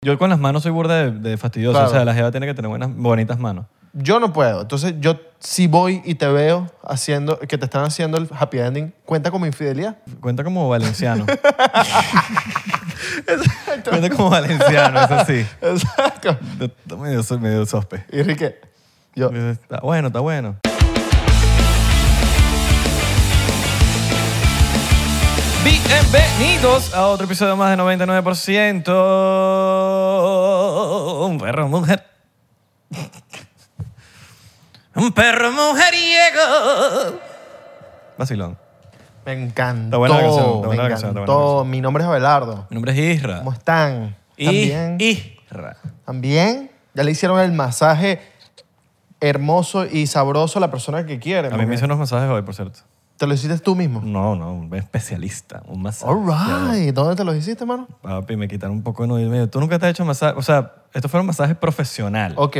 Yo con las manos soy burda de, de fastidioso. Claro. O sea, la jeva tiene que tener buenas, bonitas manos. Yo no puedo. Entonces, yo si voy y te veo haciendo, que te están haciendo el happy ending, cuenta como infidelidad. Cuenta como valenciano. Cuenta como valenciano, eso sí. Exacto. Está medio, so- medio sospe. Y Enrique, yo, Pues Está bueno, está bueno. Bienvenidos a otro episodio más de 99%. Un perro mujer. Un perro mujeriego. Vacilón. me encantó. Está buena la canción, está buena me la canción, está buena la encantó. Mi nombre es Abelardo. Mi nombre es Isra. ¿Cómo están? Y- ¿También? Isra. ¿También? Ya le hicieron el masaje hermoso y sabroso a la persona que quiere. A mí me porque hizo Mm. unos masajes hoy, por cierto. Te lo hiciste tú mismo. No, no, un especialista, un masaje. All right. ¿Dónde te los hiciste, mano? Papi, me quitaron un poco de nudo. y me dijo, Tú nunca te has hecho masaje. O sea, estos fueron masajes profesionales. Ok.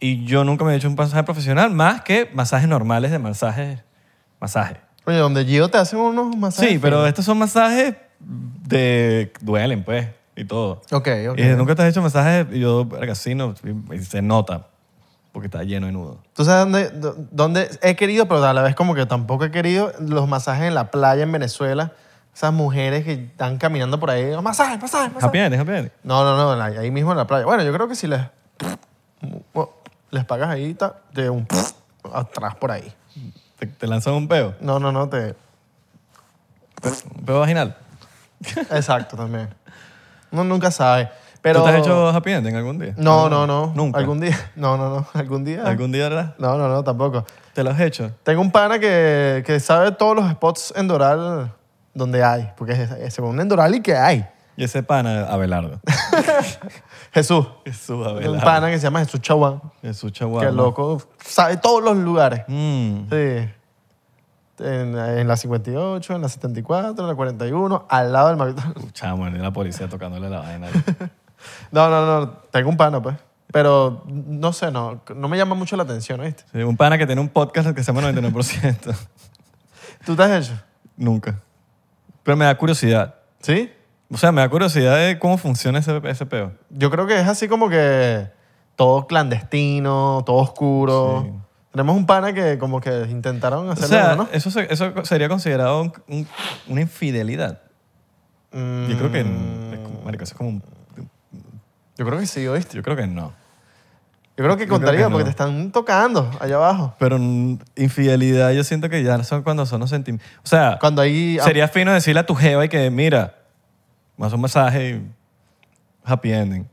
Y yo nunca me he hecho un masaje profesional más que masajes normales de masajes. Masaje. Oye, donde Gio te hacen unos masajes. Sí, pero estos son masajes de. duelen, pues, y todo. Ok, Y ok. dije, nunca te has hecho masajes. Y yo, verga, sí, no. Y y se nota, porque está lleno de nudo. ¿Tú sabes dónde, dó- dónde he querido, pero a la vez como que tampoco he querido los masajes en la playa en Venezuela? Esas mujeres que están caminando por ahí, "Oh, masaje, masaje, masaje. Happy ending, happy ending. No, no, no, en la- ahí mismo en la playa. Bueno, yo creo que si les, bueno, les pagas ahí, ta- de un atrás por ahí. Te, te lanzan un peo. No, no, no, te... Un peo vaginal. Exacto, también. Uno nunca sabe. Pero... ¿Tú te has hecho happy ending algún día? No, no, no. Nunca. Algún día. No, no, no. Algún día. ¿Algún día, verdad? No, no, no, tampoco. ¿Te lo has hecho? Tengo un pana que, que sabe todos los spots en Doral donde hay, porque es- es- se pone en Doral y que hay. Y ese pana, Abelardo. Jesús. Jesús Un Abelardo. pana que se llama Jesús Chaguán, Jesús que Chaguán. el loco sabe todos los lugares. Mm. Sí. En, en la 58, en la 74, en la 41, al lado del McDonald's. Chamo, ni la policía tocándole la vaina. No, no, no, tengo un pana, pues. Pero no sé, no, no me llama mucho la atención, ¿viste? Sí, un pana que tiene un podcast que se llama 99%. ¿Tú te has hecho? Nunca. Pero me da curiosidad. ¿Sí? O sea, me da curiosidad de cómo funciona ese, ese peo. Yo creo que es así como que todo clandestino, todo oscuro. Sí. Tenemos un pana que como que intentaron O hacerlo, sea, ¿no? eso, se- eso sería considerado un- un- una infidelidad. eh, Yo creo que... Mm. es como- marico, eso es como un- Yo creo que sí, ¿oíste? yo creo que no. Yo creo Yo que creo contaría que no. porque te están tocando allá abajo. Pero mm, infidelidad yo siento que ya son cuando son los sentimientos. O sea, Cuando ahí... ah, sería fino decirle a tu jeva y que, mira, más un masaje y happy ending.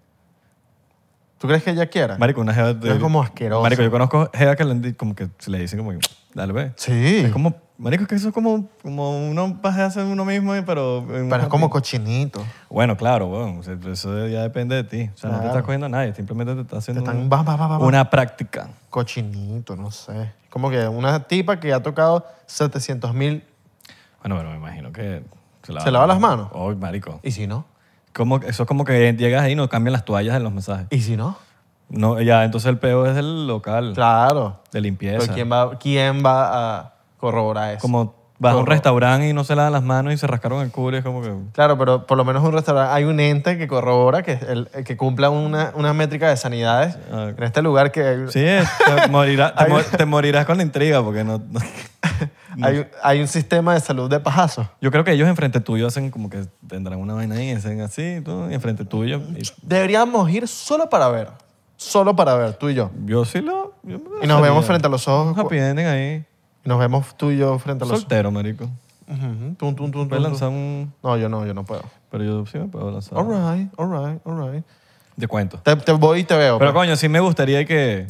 ¿Tú crees que ella quiera? Marico, una jeva... de- Es Ah. como asqueroso. Marico, yo conozco jeva que le, han di- como que se le dicen como que, dale, ve. Sí. Es como, marico, es que eso es como, como uno hace uno mismo, eh, pero... en Pero es un- como cochinito. Bueno, claro, weón, o sea, eso ya depende de ti. O sea, no te Claro. estás cogiendo a nadie, simplemente te estás Te haciendo están... un- va, va, va, va, va. una práctica. Cochinito, no sé. Como que una tipa que ha tocado 700 mil... Bueno, pero me imagino que... ¿Se lava las manos? Oh, marico. ¿Y si no? Como, eso es como que llegas ahí y no cambian las toallas en los mensajes. ¿Y si no? No, ya, entonces el peo es el local Claro. de Pero limpieza. ¿quién va, ¿quién va a corroborar eso? Como vas a un Corro- restaurante y no se lavan las manos y se rascaron el culo y es como que... Claro, pero por lo menos en un restaurante hay un ente que corrobora que, el, el que cumpla una, una métrica de sanidades Ah. en este lugar que hay, Sí, es- te, morirá- te mo- te morirás con la intriga porque no- no... hay, un- hay un sistema de salud de pajazo. Yo creo que ellos enfrente tuyo hacen como que tendrán una vaina ahí, hacen así, tú, y enfrente tuyo. y Deberíamos ir solo para ver, solo para ver, tú y yo. yo sí lo. yo me lo Y nos haría. vemos frente a los ojos. Un happy ending ahí. Y nos vemos tú y yo frente a los ojos. Soltero, marico. Ujú, tum, tum, Voy tum, a tum, tum. lanzar un. No, yo no, yo no puedo. Pero yo sí me puedo lanzar. All right, all right, all right. Te cuento. Te, te voy y te veo. Pero pues. coño, sí me gustaría que.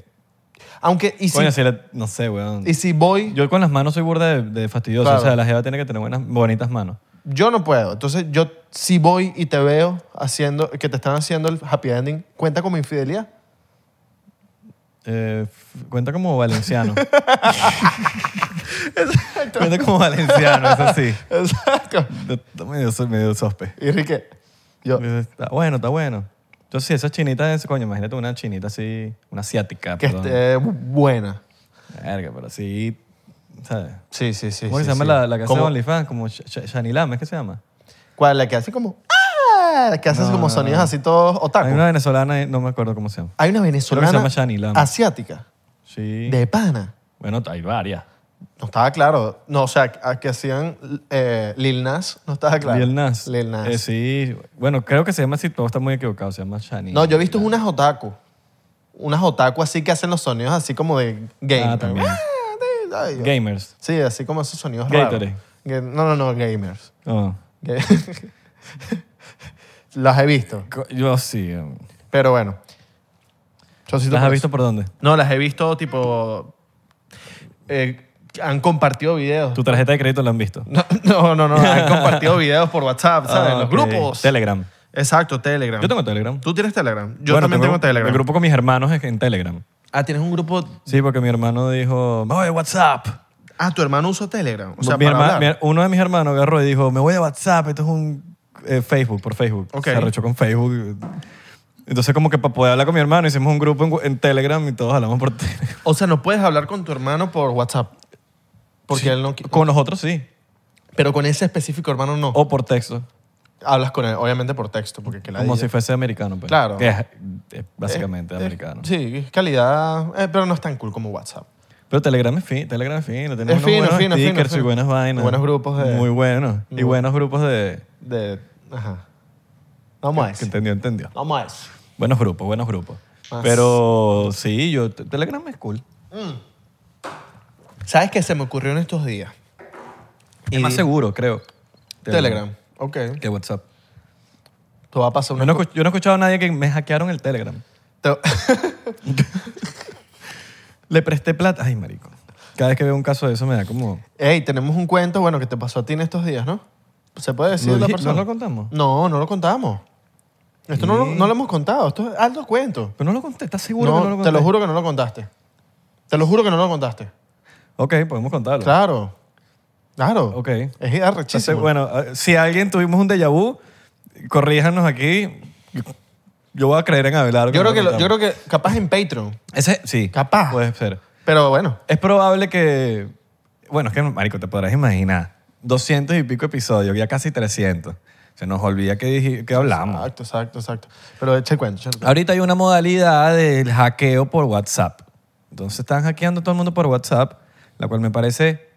Aunque, y si, Coño, si la- No sé, weón. y si voy, Yo con las manos soy burda de, de fastidioso. Claro. O sea, la jeva tiene que tener buenas, bonitas manos. Yo no puedo. Entonces, yo si voy y te veo haciendo, que te están haciendo el happy ending, ¿cuenta como infidelidad? Eh, f- cuenta como valenciano. Cuenta como valenciano, eso sí. Exacto. Está medio, medio sospe. Y Enrique, yo, Está bueno, está bueno. Yo sí, esas chinitas, coño, imagínate una chinita así, una asiática, que perdón. esté buena. Verga, pero así, ¿sabes? Sí, sí, sí. ¿Cómo que sí, se llama sí. la, la que hace ¿Cómo? OnlyFans? Como Sh- Sh- Shani Lama, ¿es que se llama? ¿Cuál? La que hace como... ah, que hace No, como no, sonidos no. así todos otaku. Hay una venezolana, eh, no me acuerdo cómo se llama. venezolana llama Shani Lama. asiática, Sí. de pana. Bueno, hay varias. No estaba claro. No, o sea, a que hacían eh, Lil Nas, no estaba claro. Lil Nas. Lil Nas. Eh, sí. Bueno, creo que se llama así, pero está muy equivocado. Se llama Shani. No, yo he visto unas otaku. Unas otaku así que hacen los sonidos así como de gamer. Ah, también. Ay, yo- Gamers. Sí, así como esos sonidos raros. Gatorade. Ga- No, no, no, gamers. Oh. Ga- Las he visto, Co- Yo sí. eh. pero bueno. Yo sí te ¿Las has parece. visto por dónde? No, las he visto tipo... eh, han compartido videos. Tu tarjeta de crédito la han visto. No, no, no, no, han compartido videos por WhatsApp, ¿sabes? Ah, Los ok. grupos. Telegram. Exacto, Telegram. Yo tengo Telegram. Tú tienes Telegram. Yo Bueno, también tengo, Telegram. El grupo con mis hermanos es en Telegram. Ah, tienes un grupo Sí, porque mi hermano dijo, me voy a WhatsApp. Ah, tu hermano usa Telegram. O sea, Mi para herma- hablar. mi- uno de mis hermanos agarró y dijo, me voy a WhatsApp, esto es un eh, Facebook, por Facebook. Ok. Se arrechó con Facebook. Entonces como que para poder hablar con mi hermano hicimos un grupo en, en Telegram y todos hablamos por Telegram. O sea, no puedes hablar con tu hermano por WhatsApp. Porque él no. qui- Con nosotros sí, Pero con ese específico hermano no. o por texto, Hablas con él, obviamente por texto, porque que la como diga. si fuese americano. pues. Claro. Que es, es básicamente Eh, eh, americano. Sí, es calidad. eh, pero no es tan cool como WhatsApp. Pero Telegram es fino, Telegram es fino. Tiene Es unos fino, buenos fino, fino, stickers fino. y buenas vainas. Buenos grupos de- Muy buenos. Y buenos grupos de... De. Ajá. Vamos a Que eso. entendió, entendió. Vamos a eso. Buenos grupos, buenos grupos. Ah, Pero sí, yo te- Telegram es cool. ¿Sabes qué se me ocurrió en estos días? es más seguro, creo. Telegram. Ok. Que WhatsApp. Te va a pasar Yo una. no, escu- yo no he escuchado a nadie que me hackearon el Telegram. co- te- Le presté plata. Ay, marico. Cada vez que veo un caso de eso me da como... Ey, tenemos un cuento, bueno, que te pasó a ti en estos días, ¿no? ¿Se puede decir ¿Lo la dij- persona? no lo contamos? No, no lo contamos. Esto no, lo, no lo hemos contado. Esto es alto cuento. Pero no lo conté. ¿Estás seguro No, que no lo conté? te lo juro que no lo contaste. Te lo juro que no lo contaste. Ok, podemos contarlo. Claro. Claro. Ok. Es Entonces, arrechísimo. bueno, eh, si alguien tuvimos un déjà vu, corríjanos aquí. Yo- Yo voy a creer en Abelardo. yo, creo que no lo- yo contamos. creo que capaz en Patreon. Ese, sí. Capaz. Puede ser. Pero bueno. Es probable que... Bueno, es que, marico, te podrás imaginar. 200 y pico episodios, ya casi 300. Se nos olvida que, dij- que hablamos. Exacto, exacto, exacto. Pero echa el cuento, echa el cuento. Ahorita hay una modalidad del hackeo por WhatsApp. Entonces están hackeando todo el mundo por WhatsApp, la cual me parece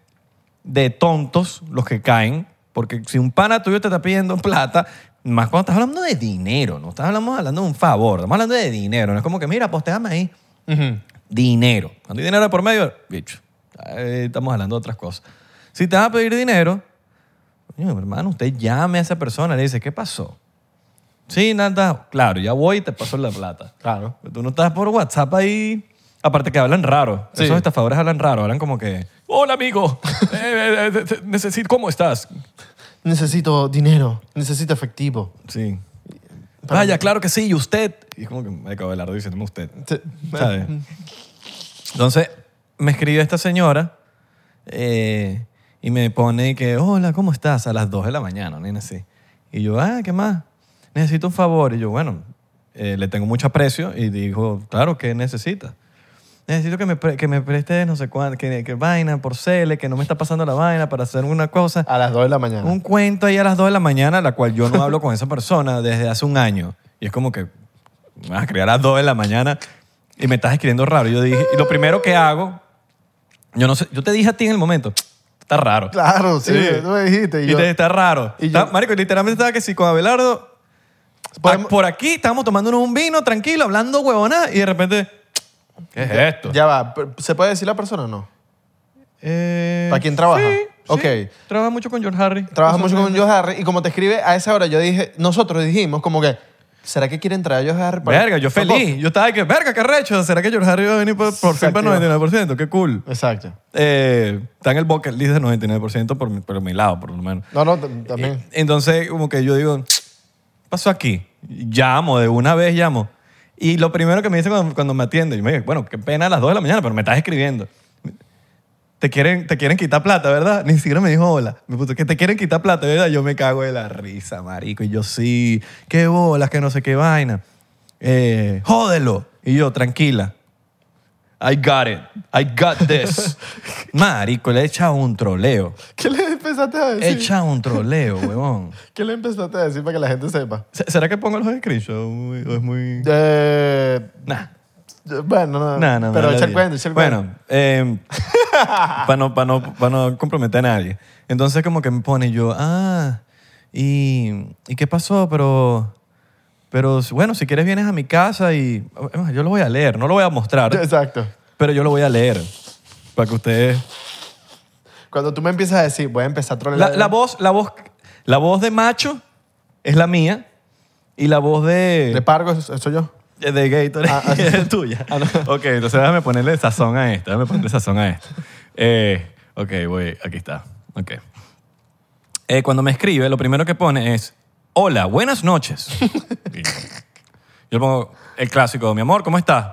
de tontos los que caen, porque si un pana tuyo te está pidiendo plata, más cuando estás hablando de dinero, no estás hablando, hablando de un favor, estamos hablando de dinero, no es como que, mira, postéame ahí Ujú. dinero. Cuando hay dinero de por medio, bicho, eh, estamos hablando de otras cosas. Si te vas a pedir dinero, coño, hermano, usted llame a esa persona y le dice, ¿qué pasó? Sí, nada, claro, ya voy y te paso la plata. Claro. Pero tú no estás por WhatsApp ahí. Aparte que hablan raro. Sí. Esos estafadores hablan raro. Hablan como que, hola amigo, eh, eh, eh, eh, necesito, ¿cómo estás? Necesito dinero. Necesito efectivo. Sí. Vaya, claro que sí, y usted. Y es como que me acabo de hablar diciéndome usted. Te- ¿sabes? Entonces, me escribió esta señora eh, y me pone que, hola, ¿cómo estás? A las 2 de la mañana, nena, así. Y yo, ah, ¿qué más? Necesito un favor. Y yo, bueno, eh, le tengo mucho aprecio y dijo, claro, ¿qué necesitas? Necesito que me, pre- que me prestes no sé cuánto, que, que vaina por cele, que no me está pasando la vaina para hacer una cosa. A las 2 de la mañana. Un cuento ahí a las 2 de la mañana, la cual yo no hablo con esa persona desde hace un año. Y es como que me vas a escribir a las 2 de la mañana y me estás escribiendo raro. Y Yo dije, y lo primero que hago, yo no sé, yo te dije a ti en el momento, está raro. Claro, sí, Sí. tú me dijiste. Y, Y yo, te- está raro. y yo- Está- marico, literalmente estaba que si con Abelardo, Podemos- a- por aquí estábamos tomándonos un vino tranquilo, hablando huevona, y de repente, ¿qué es esto? Ya va, pero ¿se puede decir la persona o no? Eh, ¿Para quién trabaja? sí, Ok. sí. Trabaja mucho con George Harry. Trabaja mucho con Josh Harry y como te escribe a esa hora, yo dije, nosotros dijimos como que, ¿será que quieren traer a Josh Harry? para- Verga, yo para feliz. Yo estaba de que, verga, qué recho. ¿Será que George Harry va a venir por, por fin para Exacto. 99%? Qué cool. podcast? Exacto. Eh, está en el bucket list de 99% por mi, por mi lado, por lo menos. No, no, t- también. Entonces, como que yo digo, "Ch, pasó aquí? Llamo, de una vez llamo. Y lo primero que me dice cuando, cuando me atiende, yo me digo, bueno, qué pena a las 2 de la mañana, pero me estás escribiendo. Te quieren, te quieren quitar plata, ¿verdad? Ni siquiera me dijo hola. Me puso que te quieren quitar plata, ¿verdad? Yo me cago de la risa, marico. Y yo, sí, qué bolas, que no sé qué vaina. Eh, jódelo. Y yo, tranquila. I got it. I got this. Marico, le echa un troleo. ¿Qué le empezaste a decir? Echa un troleo, huevón. ¿Qué le empezaste a decir para que la gente sepa? ¿Se- ¿Será que pongo los screenshots? ¿O es muy...? Eh, Nah. bueno, no, No, no, no, Pero no echa el lo cuento, digo. echa el cuento. Bueno, para no, pa' no- pa' no comprometer a nadie. Entonces como que me pone yo, ah, ¿y, ¿y qué pasó? Pero, pero bueno, si quieres vienes a mi casa y... Además, Yo lo voy a leer, no lo voy a mostrar, Exacto. pero yo lo voy a leer. Para que ustedes... Cuando tú me empiezas a decir, voy a empezar a La, trolear. la voz, la, voz, la voz de macho es la mía y la voz De de... Pargo, eso, eso yo. Eh, De, Gatorade Ah, ah, es tuya. Ok, entonces déjame ponerle sazón a esta. Déjame ponerle sazón a esta. Eh, ok, voy. Aquí está. Ok. Eh, cuando me escribe, lo primero que pone es: Hola, buenas noches. Y Yo pongo el clásico: Mi amor, ¿cómo estás?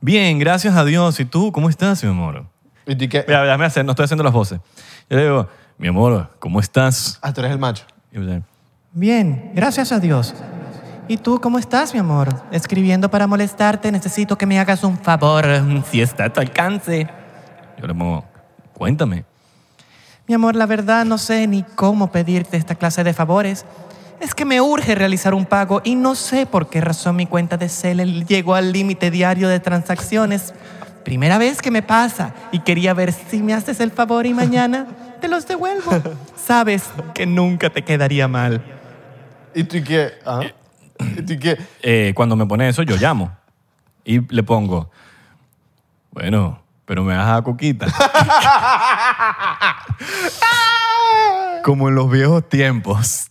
Bien, gracias a Dios. ¿Y tú, cómo estás, mi amor? Y tú que. Mira, déjame hacer, no estoy haciendo las voces. Yo le digo: Mi amor, ¿cómo estás? Ah, tú eres el macho. Y yo, Bien, gracias a Dios. ¿Y tú cómo estás, mi amor? Escribiendo para molestarte, necesito que me hagas un favor, si está a tu alcance. yo le pongo: Cuéntame. Mi amor, la verdad no sé ni cómo pedirte esta clase de favores. Es que me urge realizar un pago y no sé por qué razón mi cuenta de Cel llegó al límite diario de transacciones. Primera vez que me pasa y quería ver si me haces el favor y mañana te los devuelvo. Sabes que nunca te quedaría mal. Y tú que. Ah. Y tú que. eh, cuando me pone eso, yo llamo. Y le pongo, bueno, pero me das a coquita. Como en los viejos tiempos.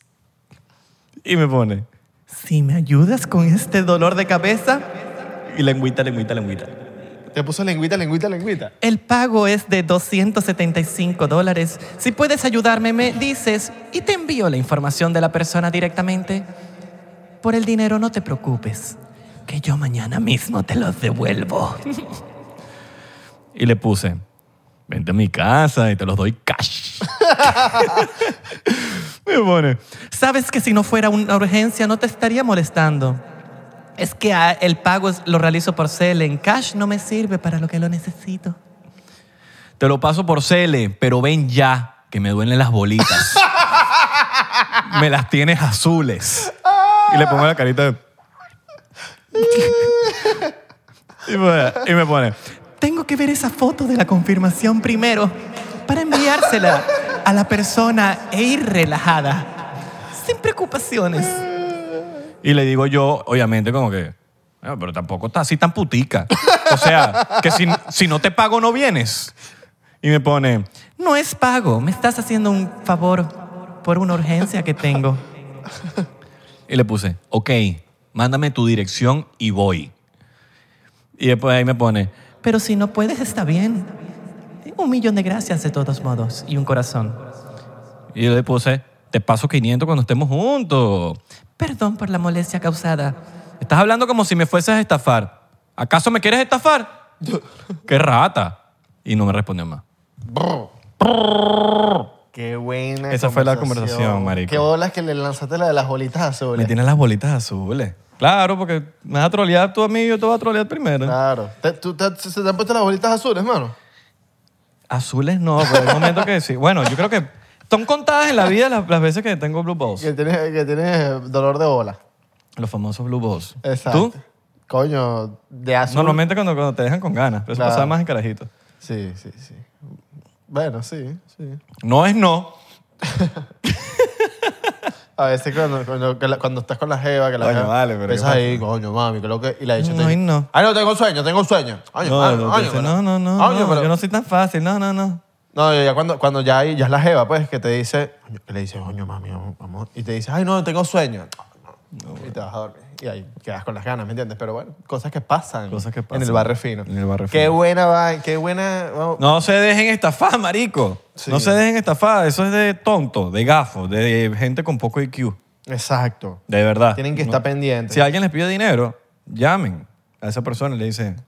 Y me pone, Si me ayudas con este dolor de cabeza, y lengüita, lengüita, lengüita. Te puso lengüita, lengüita, lengüita. El pago es de 275 dólares. Si puedes ayudarme, me dices y te envío la información de la persona directamente. Por el dinero no te preocupes, que yo mañana mismo te los devuelvo. Y le puse, vente a mi casa y te los doy cash. me pone, Sabes que si no fuera una urgencia no te estaría molestando. Es que ah, el pago es- lo realizo por cel, en cash no me sirve para lo que lo necesito. te lo paso por Cele, pero ven ya, que me duelen las bolitas. me las tienes azules. Y le pongo la carita de... y, pues, y me pone, Tengo que ver esa foto de la confirmación primero para enviársela a la persona e ir relajada, sin preocupaciones. y le digo yo, obviamente, como que, "Ah, pero tampoco está así tan putica. O sea, que si, si no te pago no vienes. Y me pone, No es pago, me estás haciendo un favor por una urgencia que tengo. Y le puse, ok, mándame tu dirección y voy. Y después ahí me pone, Pero si no puedes, está bien. Un millón de gracias de todos modos y un corazón. y yo le puse, te paso 500 cuando estemos juntos. Perdón por la molestia causada. Estás hablando como si me fueses a estafar. ¿Acaso me quieres estafar? ¡Qué rata! Y no me respondió más. Qué buena. Esa fue la conversación, marico. Qué bolas que le lanzaste la de las bolitas Me azules. tienes las bolitas azules. Claro, porque me vas a trolear tú a mí y yo te voy a trolear primero. Claro. ¿Te, tú, te- se se te han puesto las bolitas azules, mano? Azules no, pero hay momentos que sí. Bueno, yo creo que son contadas en la vida las, las veces que tengo blue balls. Que tienes, que tienes dolor de bola. Los famosos blue balls. Exacto. ¿Tú? Coño, de azul. Normalmente cuando, cuando te dejan con ganas, pero eso Claro. pasaba más en carajito. Sí, sí, sí. Bueno, sí, sí. No es no. A veces cuando, cuando, que la- cuando estás con la jeva, que la Coño, jeva vale, pero empiezas ¿qué ahí, coño, mami, que lo que... Y la dicha No, te y no. Ay, no, tengo sueño, tengo sueño. Ay, No, ay, no, ay, dice, pero- no, no, no, Ay, no, pero- yo no soy tan fácil, no, no, no. No, ya cuando, cuando ya, hay- ya es la jeva, pues, que te dice... coño, Que le dice, coño, mami, vamos. Y te dice, ay, no, tengo sueño. Y te vas a dormir. Y ahí quedas con las ganas, ¿me entiendes? Pero bueno, cosas que pasan. Cosas que En el pasan. barrio fino. En el barrio qué fino. Buena va, qué buena... vamos, No se dejen estafar, marico. Sí. No se dejen estafar, eso es de tonto, de gafo, de gente con poco IQ, Exacto. de verdad. Tienen que No. estar pendientes. Si alguien les pide dinero, llamen a esa persona y le dicen,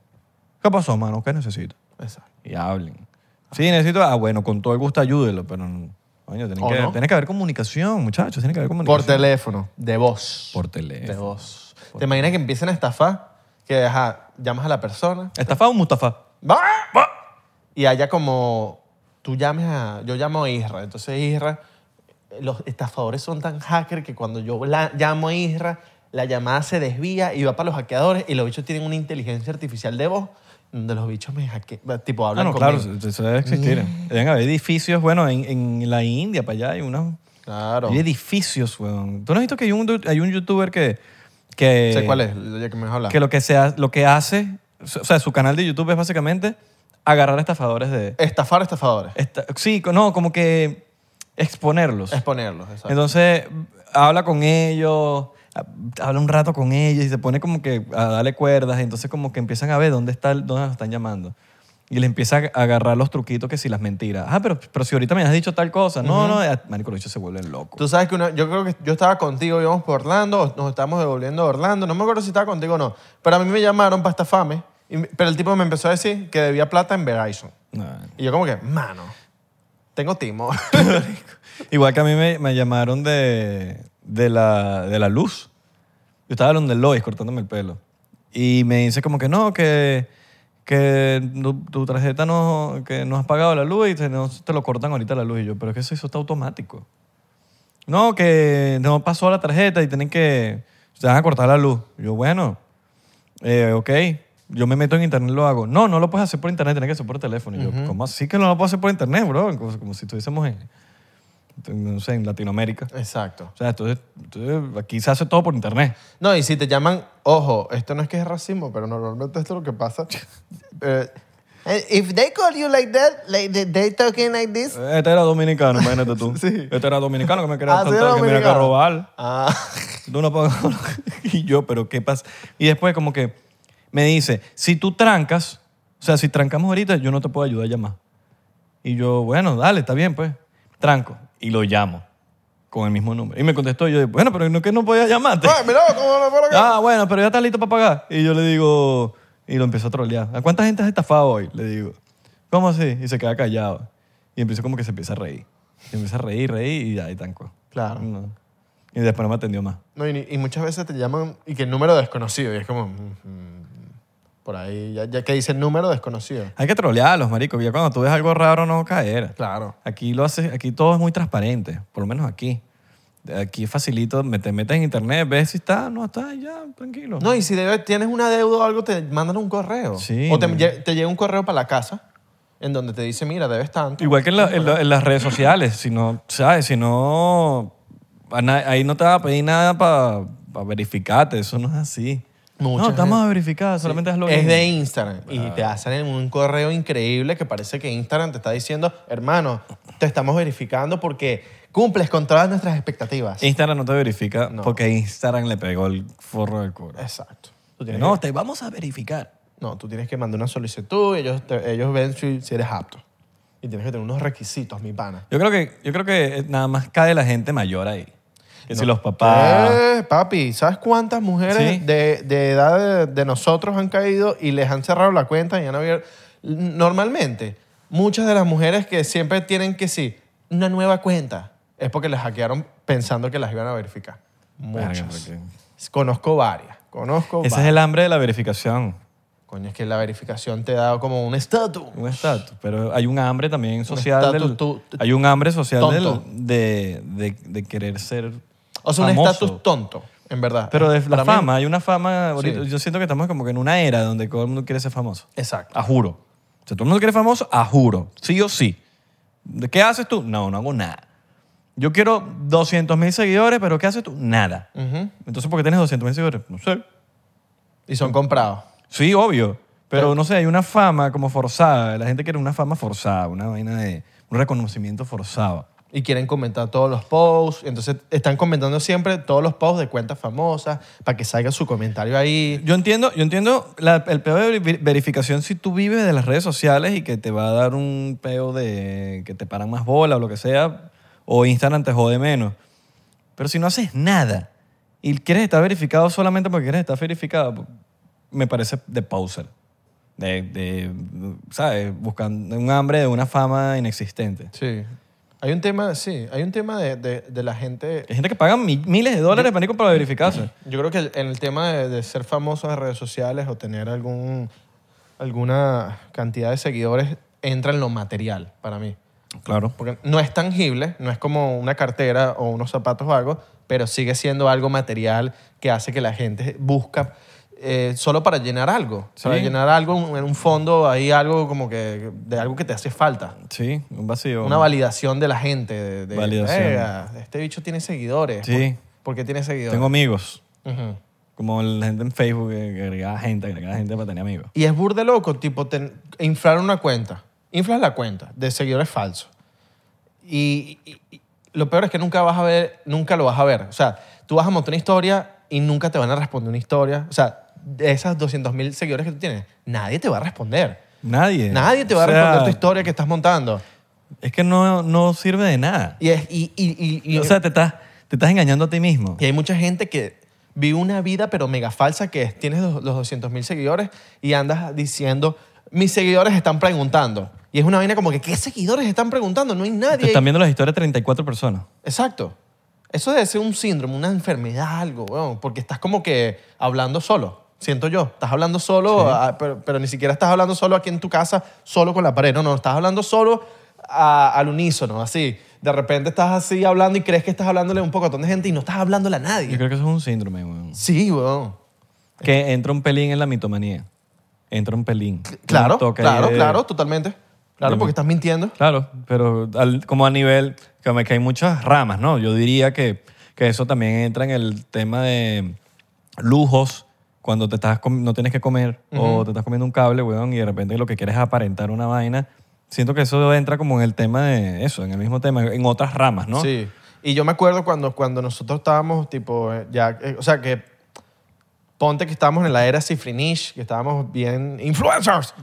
¿qué pasó, mano? ¿Qué necesito? Exacto. Y hablen. Sí, necesito, ah, bueno, con todo el gusto ayúdelo, pero no. Coño, tienen ¿O que, no? tiene que haber comunicación, muchachos, tiene que haber Por comunicación. teléfono, de voz. Por De teléfono. voz. ¿Te imaginas que empiecen a estafar? que ajá, llamas a la persona ¿Estafa o Mustafa? y haya como tú llames a yo llamo a Isra entonces Isra los estafadores son tan hacker que cuando yo la, llamo a Isra la llamada se desvía y va para los hackeadores y los bichos tienen una inteligencia artificial de voz donde los bichos me hackean tipo Ah, hablan Mm. no, conmigo claro, eso debe existir. Deben haber edificios, bueno, en, en la India, para allá hay unos... claro Hay edificios, weón. ¿Tú no has visto que hay un, du- hay un youtuber que... que sé cuál es ya que me has hablado Que lo que, se ha- lo que hace, o sea, su canal de YouTube es básicamente agarrar estafadores de... estafar estafadores esta- sí, no, como que exponerlos. exponerlos exacto. Entonces habla con ellos, ha- habla un rato con ellos y se pone como que a darle cuerdas. Entonces como que empiezan a ver dónde, está, el- dónde nos están llamando. Y le empieza a agarrar los truquitos que si las mentiras. Ah, pero, pero si ahorita me has dicho tal cosa. No, no, eh, marico, los bichos se vuelven locos. Tú sabes que una- yo creo que yo estaba contigo, íbamos por Orlando, o nos estábamos devolviendo a Orlando, no me acuerdo si estaba contigo o no, pero a mí me llamaron para estafarme, y me- pero el tipo me empezó a decir que debía plata en Verizon. No. Y yo como que, mano, tengo timón. Igual que a mí me, me llamaron de, de, la, de la luz. Yo estaba donde Lois cortándome el pelo. Y me dice como que no, que, que tu, tu tarjeta no, que no has pagado la luz y te, no- te lo cortan ahorita la luz. Y yo, pero es que eso, eso está automático. No, que no pasó la tarjeta y tienen que... Se van a cortar la luz. Yo, bueno, eh, ok, yo me meto en internet lo hago. No, no lo puedes hacer por internet, tienes que hacer por teléfono. Y yo, ¿cómo así que no lo puedo hacer por internet, bro? Como, como si estuviésemos en, en, no sé, en Latinoamérica. Exacto. O sea, entonces, entonces aquí se hace todo por internet. No, y si te llaman, ojo, esto no es que es racismo, pero normalmente esto es lo que pasa. Eh, eh, If they call you like that, like they- they talking like this. Este era dominicano, imagínate tú. Sí. Este era dominicano que me quería Ah, sí, saltar, era que me iba a dominicano. robar. Ah, Tú no pagas. y yo, pero ¿qué pasa? Y después como que me dice, si tú trancas, o sea, si trancamos ahorita, yo no te puedo ayudar a llamar. Y yo, bueno, dale, está bien, pues. Tranco. Y lo llamo con el mismo número. Y me contestó, y yo, bueno, pero no que no podía llamarte. Ay, mira, cómo me fue lo que- ah, bueno, pero ya está listo para pagar. Y yo le digo, y lo empiezo a trolear. ¿A cuánta gente has estafado hoy? Le digo, ¿cómo así? Y se queda callado. Y empiezo como que se empieza a reír. Y empieza a reír, reír y ya, y tanco. Claro. No. Y después no me atendió más. No, y, ni- y muchas veces te llaman y que el número desconocido. Y es como. mm, mm, por ahí, ya, ya que dice el número desconocido. Hay que trolearlos, marico. Ya cuando tú ves algo raro no caer. Claro. Aquí lo haces, aquí todo es muy transparente, por lo menos aquí. Aquí es facilito, me- te metes en internet, ves si está, no está, ya, tranquilo. No, y si debe- tienes una deuda o algo, te mandan un correo. Sí, O te, no. lle- te llega un correo para la casa en donde te dice, mira, debes tanto. Igual que en, la- en la- en las redes sociales, si no, ¿sabes? Si no, a na- ahí no te va a pedir nada para verificarte, eso no es así. Mucha no, estamos gente- a verificar, solamente hazlo Es bien. de Instagram. Y te hacen en un correo increíble que parece que Instagram te está diciendo, hermano, te estamos verificando porque cumples con todas nuestras expectativas. Instagram no te verifica No. porque Instagram le pegó el forro del culo. Exacto. Tú tienes No, te vamos a verificar. No, tú tienes que mandar una solicitud y ellos, te- ellos ven si, si eres apto. Y tienes que tener unos requisitos, mi pana. Yo creo que, yo creo que eh, nada más cae la gente mayor ahí. Que si los papás. Eh, papi, ¿sabes cuántas mujeres Sí. de, de edad de, de nosotros han caído y les han cerrado la cuenta y han abierto? Normalmente, muchas de las mujeres que siempre tienen que sí, una nueva cuenta, es porque les hackearon pensando que las iban a verificar. Verga, Muchas. porque- Conozco varias. Conozco Ese es varias. el hambre de la verificación. Coño, es que la verificación te da como un estatus. Un estatus. Pero hay un hambre también social. estatus del- tú- tú- hay un hambre social del- tonto. de, de- de querer ser. O sea, un famoso. estatus tonto, en verdad. Pero de la Para mí- fama, hay una fama. ahorita- Sí. Yo siento que estamos como que en una era donde todo el mundo quiere ser famoso. Exacto. A juro. O sea, todo el mundo quiere famoso, a juro. Sí o sí. ¿De ¿Qué haces tú? No, no hago nada. Yo quiero 200 mil seguidores, pero ¿qué haces tú? Nada. Ujú. Entonces, ¿por qué tienes 200 mil seguidores? No sé. Y son comprados. Sí, obvio. Pero Pero- no sé, hay una fama como forzada. La gente quiere una fama forzada, una vaina de. un reconocimiento forzado. Y quieren comentar todos los posts. Entonces están comentando siempre todos los posts de cuentas famosas para que salga su comentario ahí. Yo entiendo, yo entiendo la- el peo de ver- verificación si tú vives de las redes sociales y que te va a dar un peo de que te paran más bola o lo que sea, o Instagram te jode menos. Pero si no haces nada y quieres estar verificado solamente porque quieres estar verificado, me parece de pauser. De, de, ¿sabes? Buscando un hambre de una fama inexistente. Sí. Hay un tema, sí, hay un tema de, de- de la gente. Hay gente que paga mi- miles de dólares para ir para verificarse. Yo creo que el- en el tema de, de ser famoso en redes sociales o tener algún, alguna cantidad de seguidores entra en lo material para mí. Claro. Porque no es tangible, no es como una cartera o unos zapatos o algo, pero sigue siendo algo material que hace que la gente busca eh, solo para llenar algo. Para Sí. llenar algo en un, fondo, hay algo como que de algo que te hace falta. Sí, un vacío. Una validación de la gente. De, de, Validación. "Verga, este bicho tiene seguidores. Sí. ¿Por, por qué tiene seguidores? Tengo amigos. Ujú. Como la gente en Facebook que que agregaba gente, agregaba gente para tener amigos. Y es burde loco, tipo, ten- inflar una cuenta. Inflas la cuenta de seguidores falsos. Y, y- y lo peor es que nunca vas a ver, nunca lo vas a ver. O sea, tú vas a montar una historia y nunca te van a responder una historia. O sea, de esas 200.000 seguidores que tú tienes, nadie te va a responder. Nadie. Nadie te va O sea, a responder tu historia que estás montando. Es que no, no sirve de nada. Y, es, y, y- y- y- o sea, te estás, te estás engañando a ti mismo. y hay mucha gente que vive una vida pero mega falsa que es, tienes los, los 200.000 seguidores y andas diciendo, mis seguidores están preguntando. Y es una vaina como que, ¿qué seguidores están preguntando? No hay Te nadie. ahí. están viendo las historias de 34 personas. Exacto. Eso debe ser un síndrome, una enfermedad, algo, weón, porque estás como que hablando solo, siento yo. Estás hablando solo, a- pero, pero ni siquiera estás hablando solo aquí en tu casa, solo con la pared. No, no, estás hablando solo a- al unísono, así. De repente estás así hablando y crees que estás hablándole a un pocotón de gente y no estás hablándole a Yo nadie. creo que eso es un síndrome, weón. Sí, weón. Que entra un pelín en la mitomanía. Entra un pelín. Claro, Un toque ahí claro, de- claro, totalmente. Claro, de- porque estás mintiendo. Claro, pero al- como a nivel, como que hay muchas ramas, ¿no? Yo diría que, que eso también entra en el tema de lujos, cuando te estás com- no tienes que comer o te estás comiendo un cable, weón, y de repente lo que quieres es aparentar una vaina. Siento que eso entra como en el tema de eso, en el mismo tema, en otras ramas, ¿no? Sí. Y yo me acuerdo cuando, cuando nosotros estábamos, tipo, eh, ya, eh, o sea, que ponte que estábamos en la era Cifrinish, que estábamos bien influencers.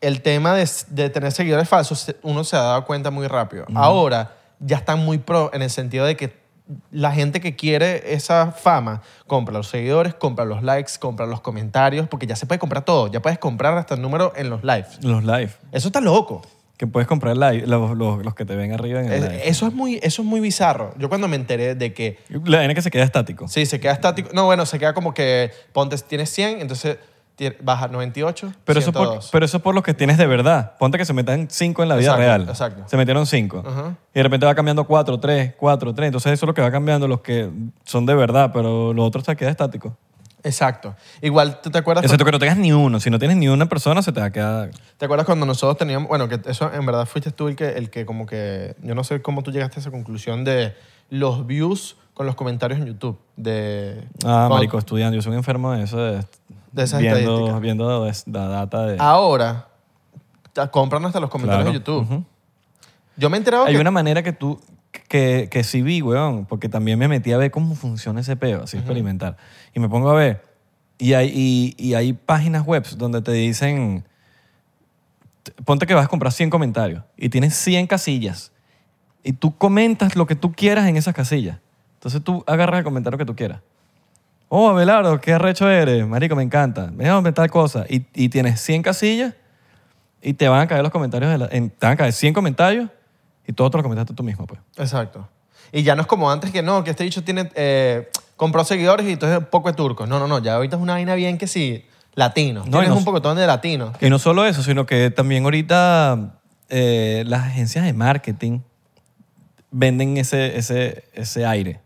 El tema de, de tener seguidores falsos, se- uno se ha dado cuenta muy rápido. Ahora ya están muy pro en el sentido de que la gente que quiere esa fama compra los seguidores, compra los likes, compra los comentarios, porque ya se puede comprar todo. Ya puedes comprar hasta el número en los lives. Los live, Eso está loco. que puedes comprar live, los, los- los que te ven arriba en el Es- live. eso, es muy, eso es muy bizarro. Yo cuando me enteré de que La vaina que se queda estático. Sí, se queda estático. No, bueno, se queda como que ponte, tienes 100, entonces tie- baja 98, Pero eso, 102. por, pero eso por los que tienes de verdad. Ponte que se metan cinco en la vida Exacto, real. exacto. Se metieron cinco. Ajá. Y de repente va cambiando cuatro, tres, cuatro, tres. Entonces eso es lo que va cambiando, los que son de verdad, pero los otros se queda estático. Exacto. Igual, ¿tú te acuerdas? Excepto que no tengas ni uno. Si no tienes ni una persona, se te va a quedar... ah, ¿Te acuerdas cuando nosotros teníamos, bueno, que eso en verdad fuiste tú el que, el que como que, yo no sé cómo tú llegaste a esa conclusión de los views con los comentarios en YouTube. De, Ah, cuando- marico, estudiando. Yo soy un enfermo de eso. De, De esas viendo, estadísticas. viendo es- la data de... Ahora, te compran hasta los comentarios Claro. de YouTube. Ujú. Yo me he enterado Hay que... una manera que tú, que, que sí vi, weón, porque también me metí a ver cómo funciona ese peo, así experimentar. Y me pongo a ver, y hay, y, y hay páginas web donde te dicen, t- ponte que vas a comprar 100 comentarios y tienes 100 casillas, y tú comentas lo que tú quieras en esas casillas. Entonces tú agarras el comentario que tú quieras. Oh, Abelardo, qué arrecho eres. Marico, me encanta. Me a tal cosa. Y, y tienes 100 casillas y te van a caer los comentarios. de la- en- te van a caer 100 comentarios y todos te los comentaste tú mismo, pues. Exacto. Y ya no es como antes que no, que este dicho tiene, eh, compró seguidores y entonces poco de turcos. No, no, no, ya ahorita es una vaina bien que sí, latino. No, y Tienes no- un pocotón de latino. Y no solo eso, sino que también ahorita eh, las agencias de marketing venden ese, ese, ese aire.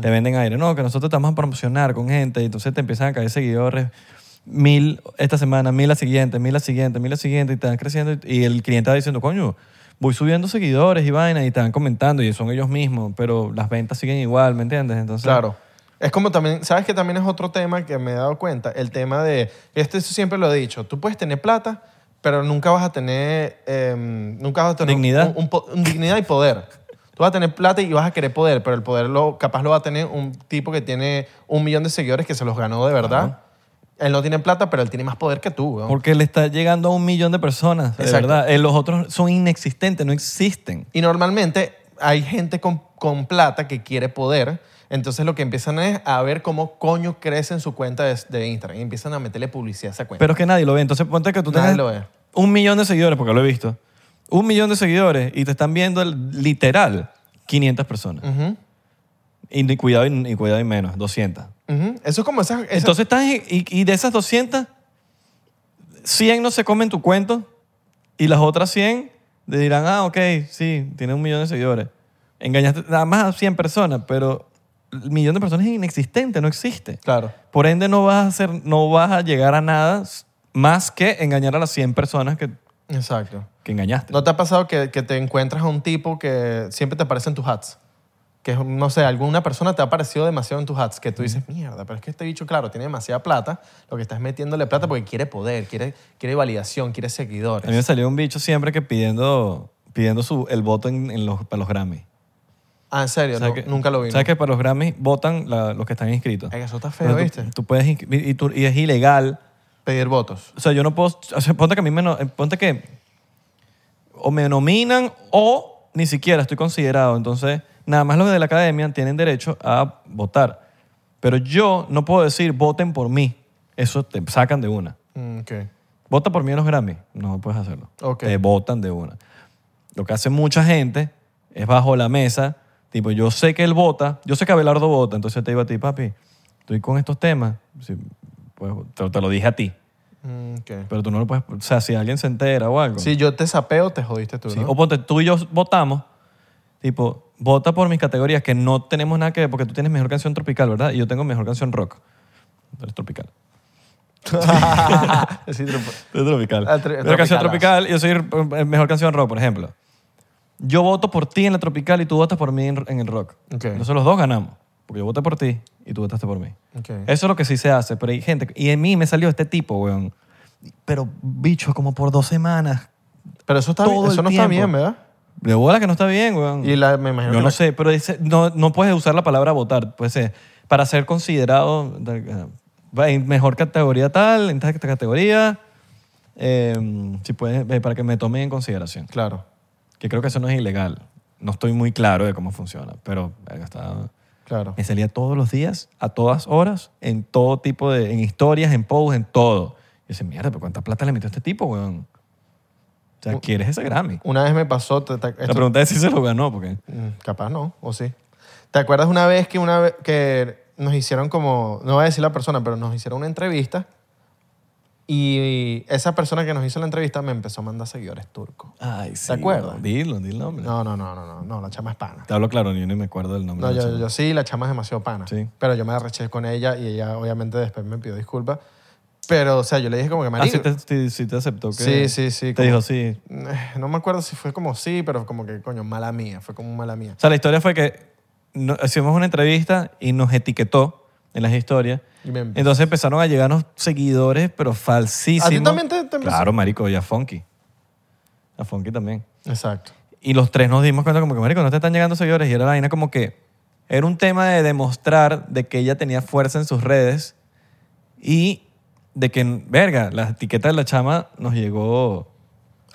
Te venden aire. No, que nosotros te vamos a promocionar con gente y entonces te empiezan a caer seguidores. Mil esta semana, mil la siguiente, mil la siguiente, mil la siguiente y te van creciendo y, y el cliente va diciendo, coño, voy subiendo seguidores y vainas y te van comentando y son ellos mismos, pero las ventas siguen igual, ¿me entiendes? Entonces, Claro. Es como también, ¿sabes que también es otro tema que me he dado cuenta? El tema de, este siempre lo he dicho, tú puedes tener plata, pero nunca vas a tener, em, nunca vas a tener Dignidad. Un, un po- un dignidad y poder. Tú vas a tener plata y vas a querer poder, pero el poder lo, capaz lo va a tener un tipo que tiene un millón de seguidores que se los ganó de verdad. Él no tiene plata, pero él tiene más poder que tú. weón. Porque le está llegando a un millón de personas, de Exacto. verdad. Eh, los otros son inexistentes, no existen. Y normalmente hay gente con, con plata que quiere poder. Entonces lo que empiezan es a ver cómo coño crece en su cuenta de, de Instagram. Y empiezan a meterle publicidad a esa cuenta. Pero es que nadie lo ve. Entonces ponte que tú Nadie tengas lo ve. un millón de seguidores, porque lo he visto. un millón de seguidores y te están viendo el- literal 500 personas. Ujú, Y, ni cuidado y, y cuidado y menos, 200. ujú. Eso es como esas... esas- Entonces estás y, y- y de esas 200, 100 no se comen tu cuento y las otras 100 te dirán, ah, ok, sí, tiene un millón de seguidores. Engañaste nada más a 100 personas, pero el millón de personas es inexistente, no existe. Claro. Por ende, no vas a, hacer, no vas a llegar a nada s- más que engañar a las 100 personas que, Exacto. que engañaste. ¿No te ha pasado que, que te encuentras a un tipo que siempre te aparece en tus hats? Que, es un- no sé, alguna persona te ha aparecido demasiado en tus hats, que tú dices, mierda, pero es que este bicho, claro, tiene demasiada plata, lo que estás metiéndole plata porque quiere poder, quiere, quiere validación, quiere A mí me seguidores. salió un bicho siempre que pidiendo, pidiendo su, el voto en, en los, para los Grammy. Ah, en serio, ¿Sabes No, que- nunca lo vi. ¿Sabes que para los Grammys votan la- los que están inscritos? Ay, Eso está feo, Pero tú- ¿viste? Tú, puedes inscri- y, tú- y es ilegal. Pedir votos. O sea, yo no puedo. o sea, ponte que a mí me no- eh, ponte que o me nominan o ni siquiera estoy considerado. Entonces, nada más los de la academia tienen derecho a votar. Pero yo no puedo decir voten por mí. Eso te sacan de una. Mm, ok. Vota por mí en los Grammy. No puedes hacerlo. Ok. Te votan de una. Lo que hace mucha gente es bajo la mesa. Tipo, yo sé que él vota, yo sé que Abelardo vota, entonces te digo a ti, papi, estoy con estos temas. Sí, pues, te, te lo dije a ti, Mm, ok. pero tú no lo puedes. O sea, si alguien se entera o algo. Si yo te sapeo, te jodiste tú, Sí, oh. ¿no? O ponte, tú y yo votamos, tipo, vota por mis categorías que no tenemos nada que ver, porque tú tienes mejor canción tropical, ¿verdad? Y yo tengo mejor canción rock. Tú eres tropical. Sí, tropa- Es tropical. Ah, tro- Pero canción tropicalas. tropical, yo soy eh, mejor canción rock, por ejemplo. Yo voto por ti en la tropical y tú votas por mí en, en el rock. Ok. Entonces los dos ganamos. Porque yo voté por ti y tú votaste por mí. Ok. Eso es lo que sí se hace. Pero hay gente. Y en mí me salió este tipo, weón. Pero bicho, como por dos semanas. Pero eso, está, todo bien- el eso no está tiempo. bien, ¿verdad? De bola que no está bien, weón. Y la, me imagino Yo que no la- sé, pero dice- no, no puedes usar la palabra votar. Pues, eh, para ser considerado eh, va en mejor categoría tal, en tal categoría, eh, si puedes, eh, para que me tomen en consideración. Claro, Que creo que eso no es ilegal. No estoy muy claro de cómo funciona, pero verga, estaba- claro. me salía todos los días, a todas horas, en todo tipo de... En historias, en posts, en todo. Y dice, mierda, pero ¿cuánta plata le metió este tipo, weón? O sea, ¿quieres ese Grammy? Una vez me pasó... te- te- La esto- pregunta es si se lo ganó, porque... Mm, Capaz no, o sí. ¿Te acuerdas una vez que una ve- que nos hicieron como, no voy a decir la persona, pero nos hicieron una entrevista y esa persona que nos hizo la entrevista me empezó a mandar seguidores turcos. Ay, sí. acuerdas? Dilo, dilo el nombre. No, no, no, no, no, no, la chama es pana. Te hablo claro, yo ni me acuerdo del nombre. No, de la yo, chama. yo sí, la chama es demasiado pana. Sí. Pero yo me arreché con ella y ella obviamente después me pidió disculpas. Pero, o sea, yo le dije como que, Ah, sí marico, te, sí- sí te aceptó que... Sí, sí, sí, Te como- dijo sí. eh, no me acuerdo si fue como sí, pero como que, coño, mala mía, fue como mala mía. O sea, la historia fue que no- hicimos una entrevista y nos etiquetó en las historias. Y me- Entonces empezaron a llegarnos seguidores, pero falsísimos. Mm. ¿A ti también te- te empezó? Claro, marico, y a Funky. A Funky también. Exacto. Y los tres nos dimos cuenta como que, marico, no te están llegando seguidores. Y era la vaina como que era un tema de demostrar de que ella tenía fuerza en sus redes y de que, verga, la etiqueta de la chama nos llegó,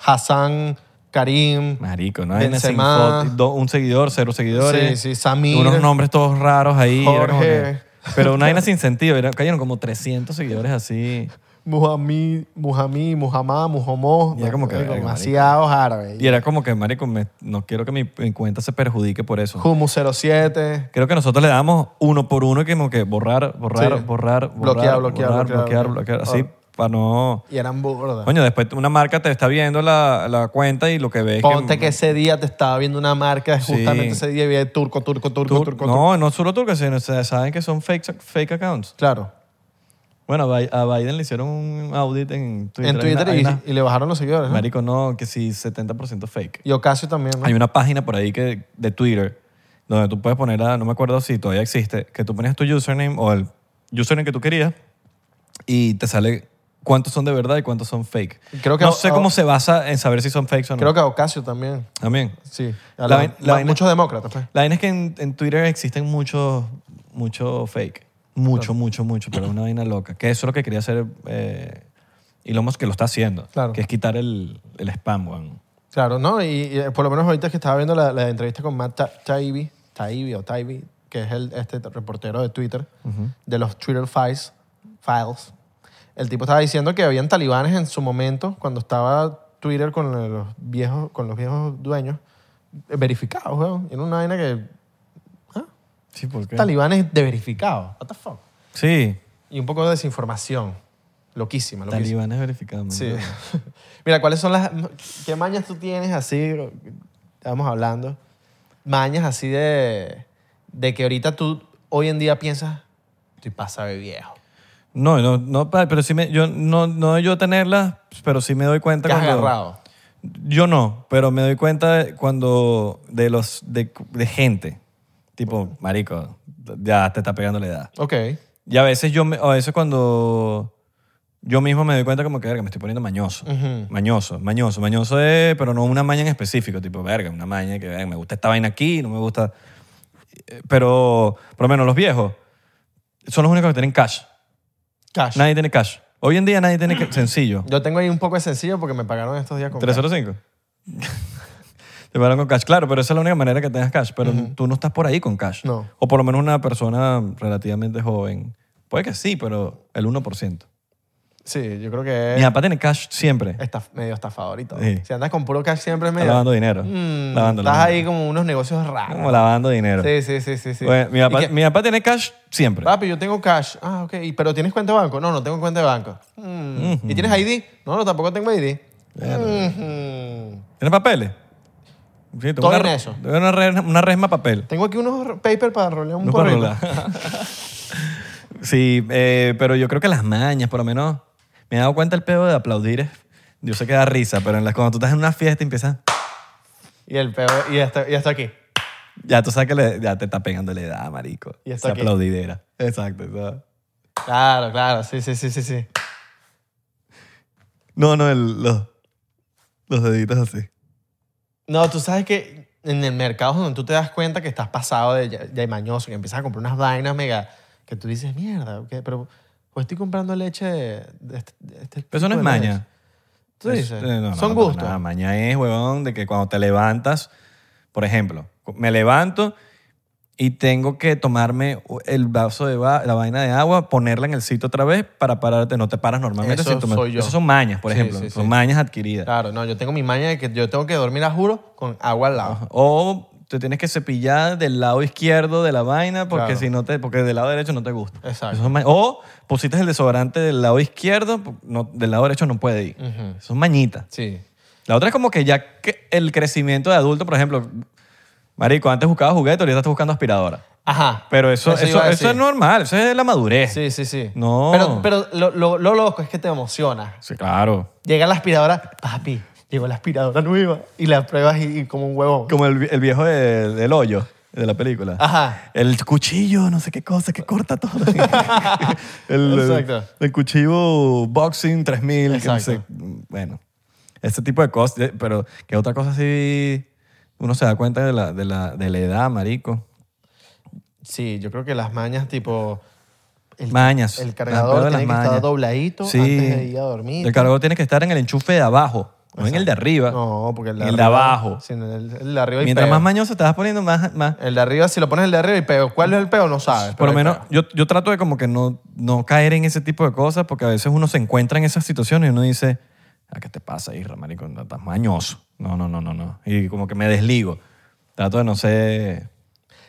Hassan, Karim, marico, ¿no? Hay una sin Benzema. foto, do- un seguidor, cero seguidores. Sí, sí, Samir. Unos nombres todos raros ahí. era como Jorge. que- pero una vaina sin sentido. Era, cayeron como 300 seguidores así. Muhammad, Muhammad, Muhammad, Muhammad. Ya como que marico, verga, demasiados árabes. Y era como que, marico, me- no quiero que mi, mi cuenta se perjudique por eso. Humu 07. Creo que nosotros le damos uno por uno, que como que borrar, borrar, borrar, Sí. borrar, Bloquear, bloquear, borrar, bloquear, bloquear, bloquear. bloquear, Ah. así para no... Y eran burdas. Coño, después una marca te está viendo la, la cuenta y lo que ves es Ponte que ese día te estaba viendo una marca, Sí. justamente ese día vi turco, turco, turco, Tur- turco. turco. No, no solo turcos, sino se- saben que son fake, fake accounts. Claro. Bueno, a Bi- a Biden le hicieron un audit en Twitter. en Hay una- Twitter hay y- una- y, le bajaron los seguidores. ¿no? Marico, no, que sí, 70% fake. Y Ocasio también. ¿no? Hay una página por ahí que, de Twitter donde tú puedes poner, a- no me acuerdo si todavía existe, que tú pones tu username o el username que tú querías y te sale cuántos son de verdad y cuántos son fake. Creo que no a- sé a- cómo se basa en saber si son fakes o no. Creo que a Ocasio también. También. Sí. A La la- vain- la ma- vaina- muchos demócratas. pues. La vaina es que en, en Twitter existen muchos mucho fake. Mucho, mucho, mucho, pero es una vaina loca. Que eso es lo que quería hacer eh, Elon Musk, que lo está haciendo. Claro. Que es quitar el, el spam, weón. Claro, ¿no? Y, y, eh, por lo menos ahorita que estaba viendo la, la entrevista con Matt Ta- Taibbi, Taibbi o Taibbi, que es el, este reportero de Twitter, de los Twitter files, files. El tipo estaba diciendo que habían talibanes en su momento, cuando estaba Twitter con los viejos, con los viejos dueños eh, verificados, weón. Era una vaina que. ¿ah? Sí, ¿por qué? Talibanes de verificados. What the fuck. Sí, Y un poco de desinformación. Loquísima, loquísima. talibanes verificados. Sí. marico. Mira, ¿cuáles son las. ¿Qué mañas tú tienes así? Estábamos hablando. Mañas así de. De que ahorita tú hoy en día piensas. Estoy pasa de viejo. No, no, no, pa- pero sí me, yo no, no yo tenerlas, pero sí me doy cuenta Que has cuando- agarrado. Yo no, pero me doy cuenta de- cuando de los de, de gente, tipo, marico, ya te está pegando la edad. Ok. Y a veces yo me- a veces cuando yo mismo me doy cuenta como que verga, me estoy poniendo mañoso. Ujú. Mañoso, mañoso, mañoso es, pero no una maña en específico, tipo, verga, una maña que verga, me gusta esta vaina aquí, no me gusta. Eh, Pero por lo menos los viejos son los únicos que tienen cash. Cash. Nadie tiene cash. Hoy en día nadie tiene ca- sencillo. Yo tengo ahí un poco de sencillo porque me pagaron estos días con. cash. 305. Te pagan con cash, claro, pero esa es la única manera que tengas cash. Pero tú no estás por ahí con cash. No. O por lo menos una persona relativamente joven. Puede que sí, pero el 1%. Sí, yo creo que Mi es papá tiene cash siempre. estaf- medio estafador y todo. Sí. Si andas con puro cash siempre es Está medio. lavando dinero. Mm, lavando, estás lavando. ahí como unos negocios raros. Como lavando dinero. Sí, sí, sí, sí. sí. Bueno, mi, Y papá, que, mi papá tiene cash siempre. Papi, yo tengo cash. Ah, ok. ¿Y- ¿Pero tienes cuenta de banco? No, no tengo cuenta de banco. Mm. ¿Y tienes ID? No, no, tampoco tengo Mm-hmm. ID. Ujú. ¿Tiene papeles? Sí, tengo Todo una, en re- eso. tengo Una, re- una resma papel. Tengo aquí unos r- paper para rolear un No puedo porrito. rolar. sí, eh, pero yo creo que las mañas, por lo menos, me he dado cuenta el pedo de aplaudir. es- Yo sé que da risa, pero en las, cuando tú estás en una fiesta y empiezas, Y el peo, y hasta, y hasta aquí. ya tú sabes que le- ya te está pegando la edad, marico. Y Esa está aquí. aplaudidera. Exacto. ¿sabes? Claro, claro. Sí, sí, sí, sí, sí. No, no, el- los, los deditos así. No, tú sabes que en el mercado es donde tú te das cuenta que estás pasado de ya, ya mañoso, que empiezas a comprar unas vainas mega, que tú dices, mierda, ¿qué? pero pues estoy comprando leche de, de este, de este Pero eso no tipo es de leche". maña. ¿Tú Es- dices? eh, no, no, Son no, para gustos. nada. Maña es, huevón, de que cuando te levantas, por ejemplo, me levanto y tengo que tomarme el vaso de va- la vaina de agua, ponerla en el sitio otra vez para pararte. No te paras normalmente. Eso sin tomar- soy yo. Esas son mañas, por Sí, ejemplo. sí, son sí. mañas adquiridas. Claro, no, yo tengo mi maña de que yo tengo que dormir a juro con agua al lado. O te tienes que cepillar del lado izquierdo de la vaina porque Claro. si no te porque del lado derecho no te gusta. Exacto. Eso es ma- o pusiste el desodorante del lado izquierdo, no- del lado derecho no puede ir. Ujú. Son mañitas. Sí. La otra es como que ya que el crecimiento de adulto, por ejemplo, marico, antes buscaba juguete, ahorita estás buscando aspiradora. Ajá. Pero eso, Eso eso, iba eso, a decir. es normal, eso es de la madurez. Sí, Sí, sí, sí. No. Pero, pero lo, lo- lo loco es que te emocionas. claro. Llega la aspiradora, papi, llegó la aspiradora nueva y la pruebas y, y como un huevón. Como el, el viejo de- del hoyo de la película. Ajá. El cuchillo, no sé qué cosa, que corta todo. el, Exacto. el cuchillo Boxing 3000. que no sé. Exacto. bueno, este tipo de cosas. Pero que otra cosa sí uno se da cuenta de la, de la, de la edad, marico. Sí, yo creo que las mañas tipo... El, Mañas. El Las cargador pedo de tiene que las estar mañas. dobladito Sí. antes de ir a dormir. El cargador tiene que estar en el enchufe de abajo, no en el de arriba. No, porque el de En el de arriba- abajo. sí, en el, el de arriba hay Mientras peo. más mañoso te vas poniendo, más... más. El de arriba, si lo pones el de arriba y peo. ¿Cuál es el peo? No sabes. Por pero lo hay menos peo. yo, yo trato de como que no, no caer en ese tipo de cosas porque a veces uno se encuentra en esas situaciones y uno dice, ¿a qué te pasa, Isra, marico? No, Estás mañoso. No, no, no, no, no. Y como que me desligo. Trato de no ser...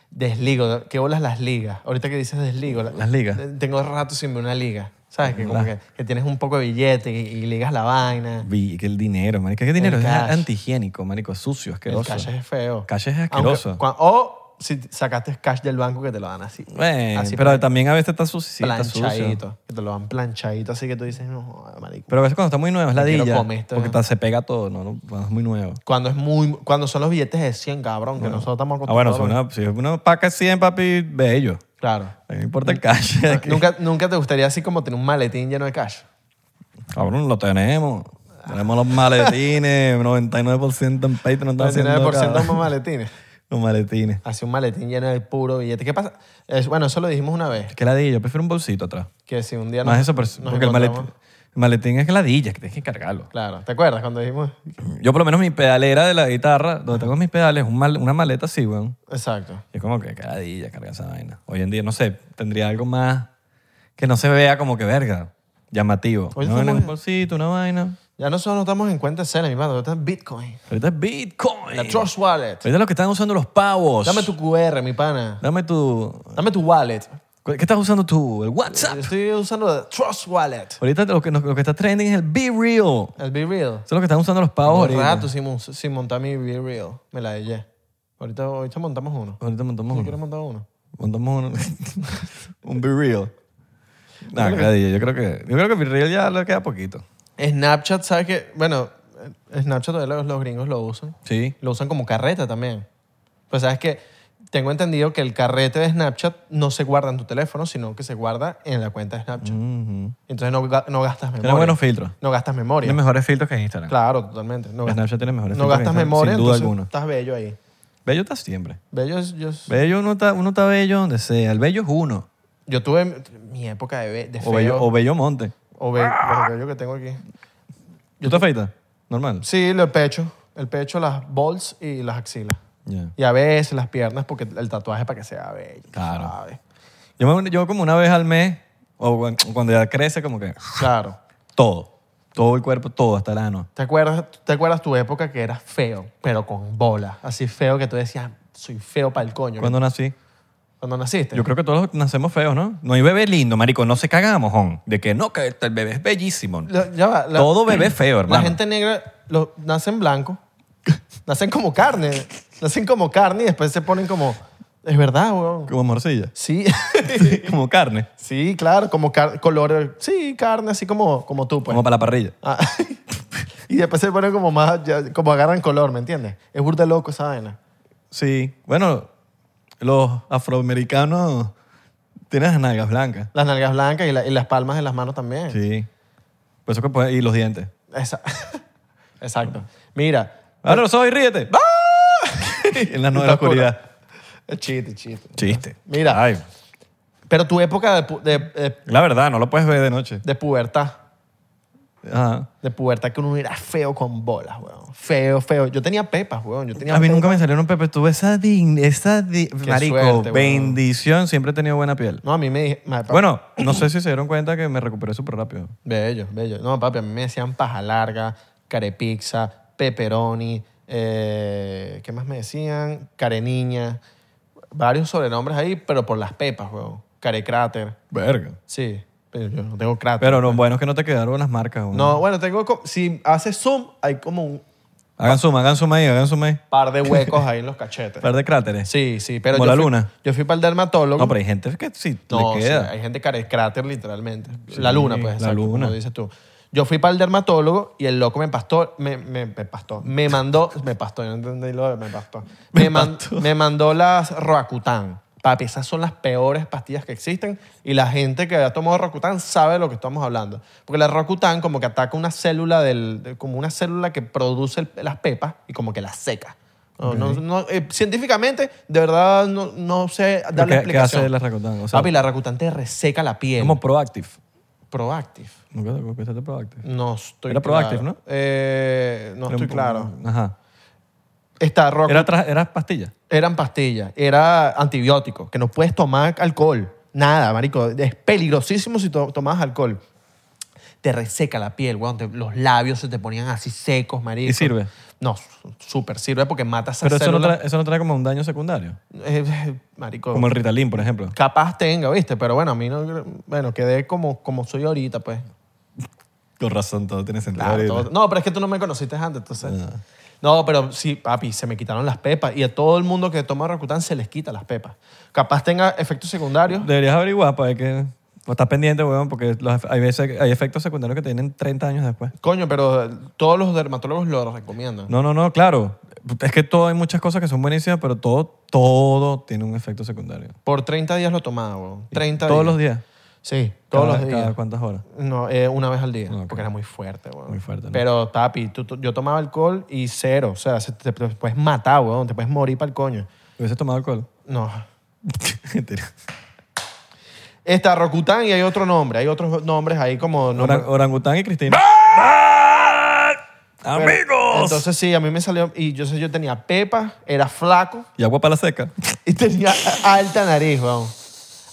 Desligo. ¿Qué bolas las ligas? Ahorita que dices desligo. la- Las ligas. Tengo rato sin ver una liga. ¿Sabes? Que como Las- que, que tienes un poco de billete y, y ligas la vaina. vi- que el dinero, marico. ¿Qué dinero? Es cash. antihigiénico, marico. Es sucio, El asqueroso. cash es feo. Cash es Aunque- asqueroso. cua- o si sacaste cash del banco que te lo dan así. Bueno, así pero también a veces está sucio. sí, está sucio. planchadito. Que te lo dan planchadito, así que tú dices, no, joder, marico. Pero a veces cuando está muy nuevo es Me quiero ladilla. comer esto. Porque ta- se pega todo, ¿no? no, Cuando es muy nuevo. cuando, es muy, cuando son los billetes de 100, cabrón, que nosotros estamos Ah, bueno, acostumbrados. si una, si una paca es 100, papi, bello. Claro. A mí me importa el cash. aquí. ¿Nunca, nunca te gustaría así como tener un maletín lleno de cash. Cabrón, lo tenemos. Tenemos los maletines, 99% en Patreon. estamos haciendo, 99% más cabrón, maletines. Los maletines. Así un maletín lleno de puro billete. ¿Qué pasa? Es- bueno, eso lo dijimos una vez. Es que ladilla, yo prefiero un bolsito atrás. Que si un día Más nos- eso, pero- nos porque el maletín, encontramos- el maletín es ladilla, que tienes que cargarlo. Claro, ¿te acuerdas cuando dijimos? Yo por lo menos mi pedalera de la guitarra, donde tengo mis pedales, un mal- una maleta así, weón. Exacto. Y es como que qué ladilla cargar esa vaina. Hoy en día, no sé, tendría algo más que no se vea como que verga, llamativo. Oye, no, ¿cómo un es? bolsito, una vaina. Ya nosotros no estamos en cuenta de Sele, mi mano. Ahorita en Bitcoin. Ahorita es Bitcoin. La Trust Wallet. Ahorita lo que están usando los pavos. Dame tu QR, mi pana. Dame tu... Dame tu wallet. ¿Qué estás usando tú? El WhatsApp. Yo estoy usando la Trust Wallet. Ahorita lo que, lo que está trending es el Be Real. Eso El Be Real. es lo que están usando los pavos Un ahorita. rato sin, mon- sin montar mi Be Real. Me la dejé. Ahorita, ahorita montamos uno. Ahorita montamos ¿Tú uno. quieres montar uno? Montamos un, un Be Real. Nah, cadilla, yo creo que yo creo que Be Real ya le queda poquito. Snapchat, ¿sabes qué? Bueno, eh, Snapchat todavía los, los gringos lo usan. Sí. Lo usan como carreta también. Pues sabes que tengo entendido que el carrete de Snapchat no se guarda en tu teléfono, sino que se guarda en la cuenta de Snapchat. Ujú. Entonces no, ga- no gastas memoria. Mm. Tiene buenos filtros. No gastas memoria. Tiene mejores filtros que Instagram. Claro, totalmente. No gastas, Snapchat tiene mejores no filtros. que gastas Instagram, memoria, Sin duda entonces alguna. estás bello ahí. Bello está siempre. Bello es- yo, Bello uno está, uno está bello donde sea. El bello es uno. yo tuve mi época de, be- de feo. O bello, o bello monte. O bello, pero bello que tengo aquí. ¿Tú te afeitas? Normal. Sí, lo- el pecho. El pecho, las balls y las axilas. Ya. Y a veces las piernas, porque el tatuaje para que sea bello. Claro. ¿sabes? Yo, me- yo como una vez al mes, o cu- cuando ya crece, como que Claro. todo. Todo el cuerpo, todo, hasta el ano. ¿Te acuerdas, ¿Te acuerdas tu época que eras feo, pero con bola? Así feo que tú decías, soy feo para el coño. ¿Cuándo nací? Cuando naciste. Yo creo que todos nacemos feos, ¿no? No hay bebé lindo, marico. No se cagan a mojón. De que no, que el bebé es bellísimo. La- ya va, la- Todo bebé es feo, hermano. La gente negra los, nacen blancos, nacen como carne, nacen como carne y después se ponen como... Es verdad, weón. Como morcilla. Sí, como carne. sí, claro, como car- color... Sí, carne, así como, como tú, pues. Como para la parrilla. Ah, y después se ponen como más... ya- como agarran color, ¿me entiendes? Es burda loco esa vaina. Sí. Bueno, los afroamericanos tienen las nalgas blancas. Las nalgas blancas y, la- y las palmas de las manos también. Sí. Por eso que puede- y los dientes. Esa- Exacto. Mira. Ahora los ojos y ríete. ¡Ah! en la noche de la Está oscura. oscuridad. Es chiste, chiste. Chiste. Mira. Ay, Pero tu época de, pu- de, de- la verdad, no lo puedes ver de noche. de pubertad. Ajá. De pubertad que uno era feo con bolas, weón. Feo, feo. Yo tenía pepas, weón. Yo tenía A mí nunca pepas. me salieron Pepe. Tuve esa dignidad. Esa di- Marico, suerte, weón. Ah. bendición. Siempre he tenido buena piel. No, a mí me dije... ma- pa- Bueno, no sé si se dieron cuenta que me recuperé súper rápido. Bello, bello. No, papi, a mí me decían paja larga, carepizza, pepperoni, eh, ¿qué más me decían? Careniña. Varios sobrenombres ahí, pero por las pepas, weón. Carecráter. Verga. Sí, pero yo no tengo cráter. Pero lo bueno es que no te quedaron las marcas. weón. No, bueno, tengo... co- Si haces zoom, hay como un Hagan suma, hagan suma ahí, hagan suma ahí. par de huecos ahí en los cachetes. Par de cráteres. Sí, sí, pero Como yo la fui- luna. Yo fui para el dermatólogo. No, pero hay gente que sí No, le sí, queda. hay gente care cráter literalmente. la luna, pues, la exacto, luna. como dices tú. Yo fui para el dermatólogo y el loco me pastó, me, me, me pastó, me mandó, me pastó, yo no entendí lo de me pastó. Me, man- me mandó las Roacutan. Papi, esas son las peores pastillas que existen y la gente que ha tomado Roacutan sabe de lo que estamos hablando. Porque la Roacutan como que ataca una célula del, de- como una célula que produce el- las pepas y como que las seca. No, no- no, eh, científicamente, de verdad, no, no sé Pero darle ¿Qué, qué hace explicación. la Rakuten? O sea, Papi, la Rakuten te reseca la piel. como proactive. Proactive. Nunca te escuchaste proactive. No estoy Era Proactive, claro. ¿no? Eh, no Era estoy un- claro. Ajá. Esta Rakuten Era, tra- era pastilla. eran pastillas, era antibiótico, que no puedes tomar alcohol. Nada, marico. Es peligrosísimo si to- tomas alcohol. Te reseca la piel, weón. te- los labios se te ponían así secos, marico. ¿Y sirve? No, su- súper sirve porque mata esas Pero eso no, células. trae, eso no trae como un daño secundario. Eh, eh, marico. Como el Ritalin, por ejemplo. Capaz tenga, ¿viste? Pero bueno, a mí no... Bueno, quedé como, como soy ahorita, pues. Con razón, todo tiene sentido. Claro, ahorita. todo- no, pero es que tú no me conociste antes, entonces. Ah. No, pero sí, papi, se me quitaron las pepas y a todo el mundo que toma Roacutan se les quita las pepas. Capaz tenga efectos secundarios. Deberías averiguar para ver que... O estás pendiente, weón, porque los- hay, veces, hay efectos secundarios que tienen 30 años después. Coño, pero todos los dermatólogos lo recomiendan. No, no, no, claro. Es que todo, hay muchas cosas que son buenísimas, pero todo, todo tiene un efecto secundario. Por 30 días lo tomaba, weón. 30 Todos días. los días. Sí, todos Cada- los días. Cada cuántas horas. No, eh, una vez al día, Ok. porque era muy fuerte, weón. Muy fuerte, ¿no? Pero, papi, tú- tú- yo tomaba alcohol y cero. O sea, se- te, te puedes matar, weón. Te puedes morir para el coño. ¿Hubieses tomado alcohol? No, Mentira. Está Rocutan y hay otro nombre. Hay otros nombres ahí como... nombres- Orang- orangután y Cristina. ¡Amigos! Entonces sí, a mí me salió... Y yo sé, yo tenía pepa, era flaco y agua para la seca. y tenía alta nariz, weón.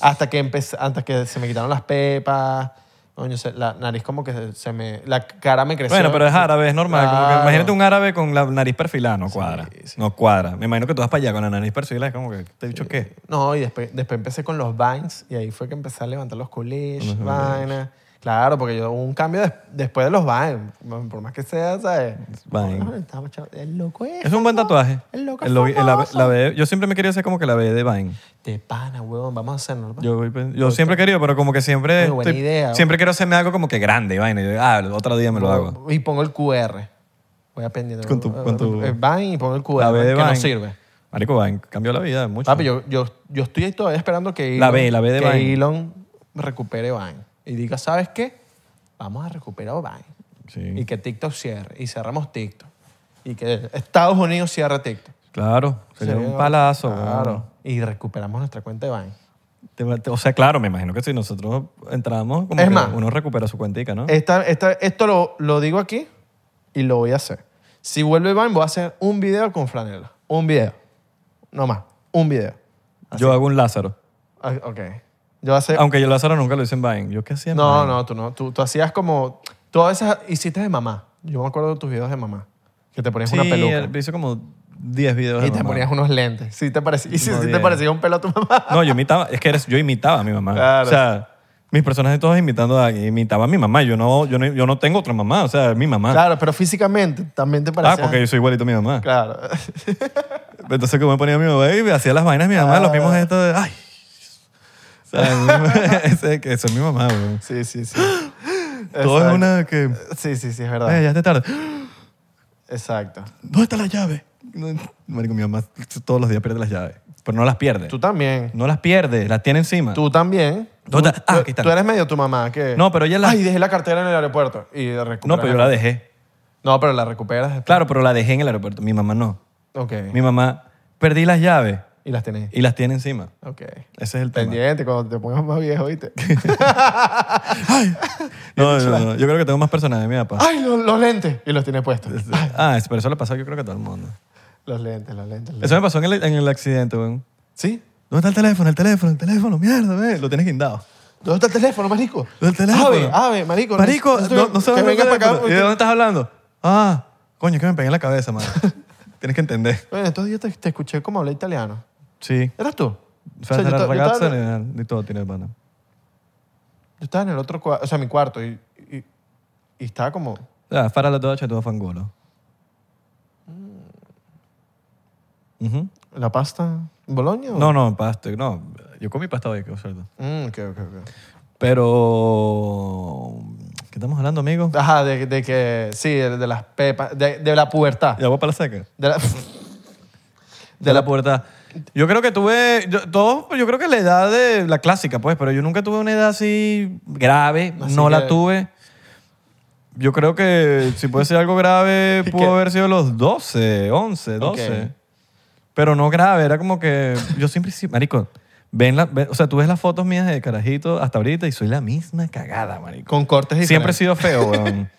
Hasta que, empecé, hasta que se me quitaron las pepas. Coño, se- la nariz como que se, se me... La cara me creció. Bueno, pero es árabe, es normal. como que Claro. imagínate un árabe con la nariz perfilada, no cuadra. sí. No cuadra. Me imagino que tú vas para allá con la nariz perfilada, es como que, ¿te he dicho qué? No, y después, después empecé con los Vines y ahí fue que empecé a levantar los coolish, vainas. Claro, porque yo hubo un cambio des- después de los Vines. Por más que sea, ¿sabes? Vine. No, estaba chavo- el loco es. Es un buen famoso, tatuaje. El loco es El lo- el la- famoso. la B- yo siempre me quería hacer como que la B de Vine. De pana, huevón. Vamos a hacernos. Yo, voy pen- yo siempre he querido, pero como que siempre... Pues Muy buena idea. Siempre quiero hacerme algo como que grande, y vaina. Y yo, ah, otro día me lo hago. Y pongo el QR. Voy aprendiendo. Con tu- con tu- El Vine y pongo el QR. La B de que Vine. no sirve. Marico, Vine cambió la vida mucho. Papi, yo, yo, yo estoy ahí todavía esperando que Elon, La B, la B de que Vine. Elon recupere Vine. Y diga, ¿sabes qué? Vamos a recuperar Vine. Sí. Y que TikTok cierre. Y cerramos TikTok. Y que Estados Unidos cierre TikTok. Claro, sería Sería- un palazo. Claro. Y recuperamos nuestra cuenta de Vine. Te- te- O sea, claro, me imagino que si nosotros entramos, como Es que más. uno recupera su cuentica, ¿no? Esta- esta- esto lo, lo digo aquí y lo voy a hacer. Si vuelve Vine, voy a hacer un video con franela. Un video. No más. Un video. yo hago un Lázaro. Ah, Ok. Yo voy a hacer... Aunque yo Lázaro nunca lo hice en Vine. ¿Yo qué hacía en No, Vine? no, tú no. Tú, tú hacías como... Tú a veces hiciste de mamá. Yo me acuerdo de tus videos de mamá. Que te ponías Sí, una peluca. hice como 10 videos. Y de te mamá. ponías unos lentes. Sí, te parecía, y sí, Como sí te bien. parecía un pelo a tu mamá. No, yo imitaba, es que eres, yo imitaba a mi mamá. Claro. O sea, mis personajes todos imitando a, imitaba a mi mamá. Yo no, yo no, yo no tengo otra mamá, o sea, es mi mamá. Claro, pero físicamente también te ah, parecía... porque yo soy igualito a mi mamá. Claro. Entonces, como me ponía mi mamá y me hacía las vainas de mi mamá, los mismos estos de, ay. O sea, ese, que eso es mi mamá, güey. Sí, sí, sí. Todo es Exacto. una que, eh, Sí, sí, sí, es verdad. ya está tarde. Exacto. ¿Dónde está la llave? No, Marico, mi mamá todos los días pierde las llaves, pero no las pierde. Tú también. No las pierde, las tiene encima. Ah. Tú también. ¿Dónde está? Ah, Tú- aquí está. Tú eres medio tu mamá que... No, pero ella la- Ay, dejé la cartera en el aeropuerto. Y No, pero yo la dejé. No, pero la recuperas después. Claro, pero la dejé en el aeropuerto. Mi mamá no. Ok. Mi mamá, perdí las llaves Y las tenés. y las tiene encima. Ok. Ese es el tema. Pendiente, cuando te pongas más viejo, ¿viste? No, no, no. Yo creo que tengo más personas de mi papá. Ay, lo- los, lentes. Y los tienes puestos. Ah, es- pero eso le pasa yo creo que a todo el mundo. Los lentes, los lentes. los lentes. Eso me pasó en el, en el accidente, weón. ¿Sí? ¿Dónde está el teléfono? El teléfono, el teléfono, mierda, ve. Lo tienes guindado. ¿Dónde está el teléfono, marico? ¿Dónde está el teléfono? Ave, ave, marico. Marico, Necesito no, que- no sabes Que dónde venga está para el acá. teléfono. ¿Y de dónde estás hablando? Ah, coño, es que me pegué en la cabeza, madre. tienes que entender. Bueno, estos días te, te escuché como hablar italiano. Sí. ¿Eras tú? O sea, O sea, la estaba- ragazza estaba- ni- ni todo tiene pana. Yo estaba en el otro cuarto, o sea, mi cuarto, y, y, y estaba como. Ah, farà la doccia e tu a fangolo. Mm. Mhm. ¿La pasta? ¿Boloña? o- No, no, pasta. No, yo comí pasta hoy, que es cierto. Mm, ok, ok, ok. Pero... ¿Qué estamos hablando, amigo? Ajá, de, de que. Sí, de, de las pepas. De, de la pubertad. ¿De agua para la seca? De la, De la puerta. Yo creo que tuve... Yo, todos, yo creo que la edad de... La clásica, pues, pero yo nunca tuve una edad así grave. Así no la que- tuve. Yo creo que si puede ser algo grave, ¿Y pudo qué? haber sido los 12, 11, 12. Ok. Pero no grave, era como que yo siempre, sí- marico, ven la, ve- o sea, tú ves las fotos mías de carajito hasta ahorita y soy la misma cagada, marico. con cortes diferentes. Siempre he sido feo, weón.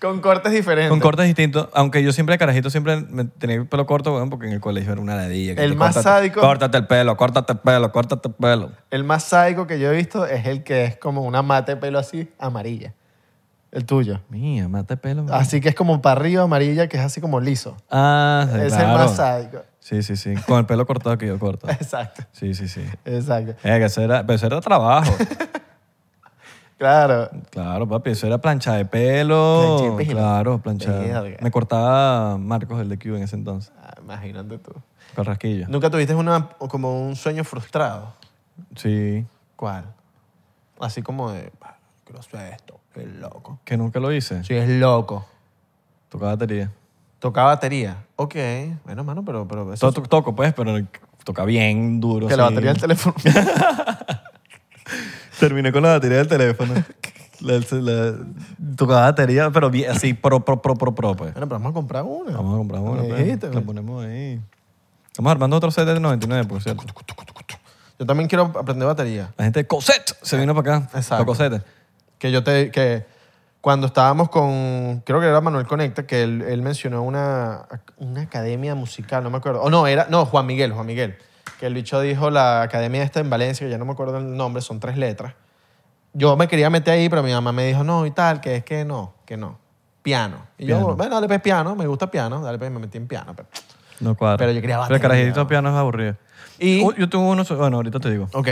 Con cortes diferentes. Con cortes distintos, aunque yo siempre de carajito siempre me tenía el pelo corto, weón, porque en el colegio era una ladilla. que El te más córtate- sádico. Córtate el pelo, córtate el pelo, córtate el pelo. El más sádico que yo he visto es el que es como una mate de pelo así, amarilla. El tuyo. Mía, mate pelo. man. Así que es como para arriba amarilla, que es así como liso. Ah, sí, Es claro. el más sádico. Sí, sí, sí. Con el pelo cortado que yo corto. Exacto, Sí, sí, sí. exacto. Eh, que eso era, pero eso era trabajo. Claro. Claro, papi, eso era plancha de pelo. Plancha de pelo. Claro, plancha. Verga. Me cortaba Marcos, el de Q en ese entonces, Ah, Imagínate tú. con rasquillo. ¿Nunca tuviste una, como un sueño frustrado? Sí, ¿Cuál? Así como de, "Ah, que lo sé esto, qué loco. que nunca lo hice. Sí, es loco. Tocaba batería. Toca batería. Ok. Bueno, mano, pero... pero eso To- to- toco, pues, pero toca bien duro. que la así. batería del teléfono. Terminé con la batería del teléfono. La- la- tocaba batería, pero bien, así, pro, pro, pro, pro, pro, pues. bueno, pero vamos a comprar una. Vamos a comprar una, Me pues. dijiste, La ponemos ahí. Estamos armando otro set del 99, por cierto. Yo también quiero aprender batería. La gente de Cosette se vino para acá. Para Exacto. Cosette. Que yo te. Que cuando estábamos con. Creo que era Manuel Conecta, que él, él mencionó una, una academia musical, no me acuerdo. O no, era. No, Juan Miguel, Juan Miguel. Que el bicho dijo la academia esta en Valencia, que ya no me acuerdo el nombre, son tres letras. yo me quería meter ahí, pero mi mamá me dijo no y tal, que es que no, que no. Piano. Y Piano. yo, bueno, dale pues piano, me gusta piano, dale pues me metí en piano. pues. No cuadra. Pero yo quería Pero el batería, carajito weón. piano es aburrido. Y- Uy, yo tuve uno... so- Bueno, ahorita te digo. Ok.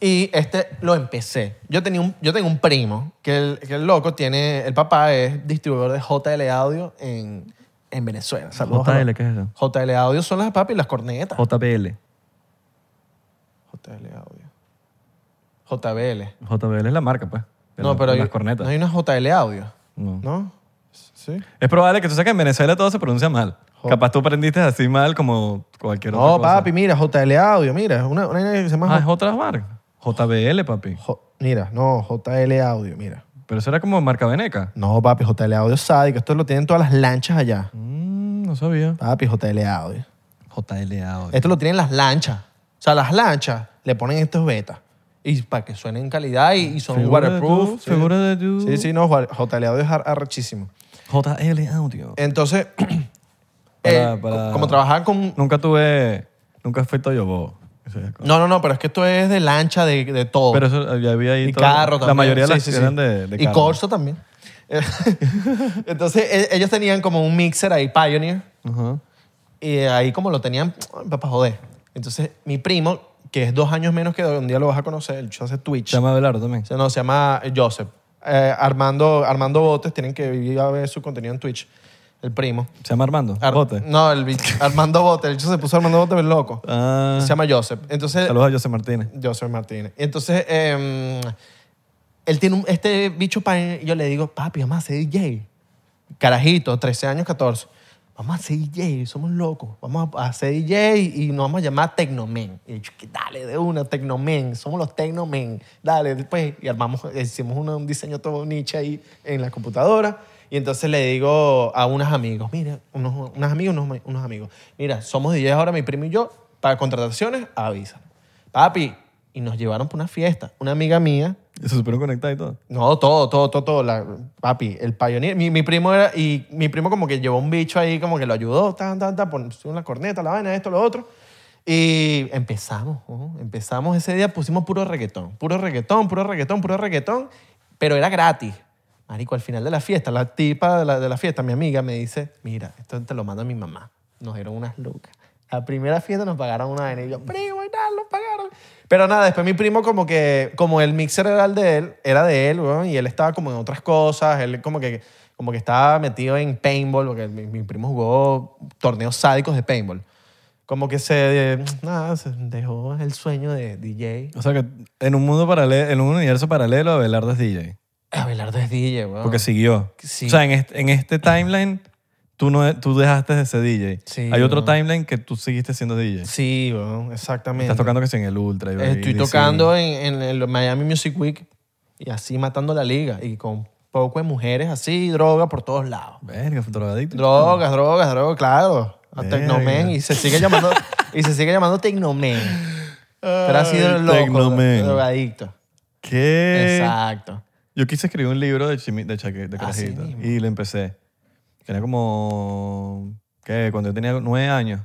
Y este lo empecé. Yo tenía un, yo tengo un primo que el, que el loco tiene, el papá es distribuidor de JL Audio en, en Venezuela. Saludos a los- JL, ¿qué es eso? JL Audio son las papi y las cornetas. JBL. JL Audio. JBL. JBL es la marca, pues. de no, las- pero de hay, las cornetas. no hay una JL Audio. No. ¿No? Sí. Es probable que tú sabes que en Venezuela todo se pronuncia mal. Capaz tú aprendiste así mal como cualquier otra No, cosa. papi, mira, JL Audio, mira. es Una, una vaina que se llama. Ah, es otra marca. JBL, papi. J- mira, no, JL Audio, mira. Pero eso era como marca veneca. No, papi, JL Audio es sádico. Esto lo tienen todas las lanchas allá. Mm, no sabía. Eh, Papi, JL Audio. JLA. oye. Esto lo tienen las lanchas. O sea, las lanchas le ponen estos betas. Y para que suenen en calidad y, y son Figura de tú, waterproof. figura de tú. Sí, sí, no, Juan- JL Audio es ar- arrechísimo. JL Audio. Entonces, eh, Para- co- para- como trabajaban con... Nunca tuve... Nunca fui Toyo Bobo. Eso es cosa. No, no, no, pero es que esto es de lancha, de, de todo. Pero eso ya había ahí Oh. y todo- carro también. La mayoría Sí, de las sí, sí. eran de, de Y carro. Corso también. Eh, Entonces, e- ellos tenían como un mixer ahí, Pioneer. Ajá. Y ahí como lo tenían, papá, joder. Entonces, mi primo, que es dos años menos que un día lo vas a conocer, el chico hace Twitch. Se llama Abelardo también. O sea, no, se llama Joseph. Eh, Armando, Armando Botes, tienen que ir a ver su contenido en Twitch, el primo. Se llama Armando. Ar- Bote. No, el bicho- Armando Botes, el chico se puso Armando Botes, el loco. Ah, Se llama Joseph. Entonces, saludos a José Martínez. Joseph Martínez. Entonces, eh, él tiene un- este bicho, pa- yo le digo, papi, vamos a ser DJ. Carajito, 13 años, 14. Vamos a ser DJ, somos locos. Vamos a hacer DJ y nos vamos a llamar Tecnomen. Y yo, que dale de una, Tecnomen, somos los Tecnomen. Dale, después. Y armamos, hicimos una- un diseño todo niche ahí en la computadora. Y entonces le digo a unos amigos, mira, unos, unas amigas, unos, ma- unos amigos, mira, somos DJs ahora, mi primo y yo, para contrataciones, avisan. Papi, y nos llevaron para una fiesta. Una amiga mía, Se supieron conectar y todo. no, todo, todo, todo, todo. La, papi, el pioneer. Mi, mi primo era, y mi primo como que llevó un bicho ahí, como que lo ayudó, tan, tan, tan, puso una corneta, la vaina, esto, lo otro. Y empezamos, ojo, empezamos ese día, pusimos puro reggaetón, puro reggaetón, puro reggaetón, puro reggaetón, pero era gratis. Marico, al final de la fiesta, la tipa de la, de la fiesta, mi amiga, me dice, mira, esto te lo manda mi mamá. Nos dieron unas lucas. La primera fiesta nos pagaron una vaina y yo, primo, y tal, nos pagaron. Pero nada, después mi primo como que, como el mixer era el de él, era de él, weón, y él estaba como en otras cosas, él como que, como que estaba metido en paintball, porque mi, mi primo jugó torneos sádicos de paintball. Como que se, eh, nada, se dejó el sueño de DJ. O sea que en un mundo paralelo, en un universo paralelo, Abelardo es DJ. Abelardo es DJ, weón. Porque siguió. Ah. Sí. O sea, en este, en este timeline, tú, no, tú dejaste de ser DJ. Sí, Hay otro weón. timeline que tú seguiste siendo DJ. Sí, weón, exactamente. Estás tocando que sí en el Ultra. y Baby Estoy DC. tocando en, en el Miami Music Week y así matando la liga y con poco de mujeres así, droga por todos lados. Verga, drogadicto. Drogas, drogas, drogas, claro. A Ah. Verga. Tecnomen y se sigue llamando y se sigue llamando Tecnomen. Pero ha sido Ay, loco, Tecnomen. Eh. drogadicto. ¿Qué? Exacto. Yo quise escribir un libro de, chimi, de, chaque- de Así carajito, mismo. y lo empecé. Era como, ¿qué? Cuando yo tenía nueve años,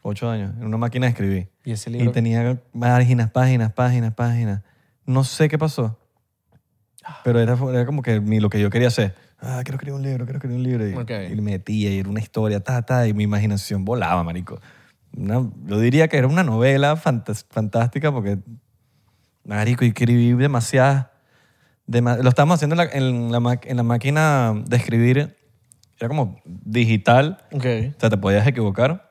ocho años, en una máquina escribí. Y ese Y libro tenía páginas, páginas, páginas, páginas. No sé qué pasó. Pero era, era como que mi- lo que yo quería hacer. Ah, quiero escribir un libro, quiero escribir un libro. Y, Ok. y le metía y era una historia, ta, ta, y mi imaginación volaba, marico. Una- yo diría que era una novela fantas- fantástica porque, marico, y escribí demasiadas. dema- lo estábamos haciendo en la, en la ma- en la máquina de escribir. Era como digital. Ok. O sea, te podías equivocar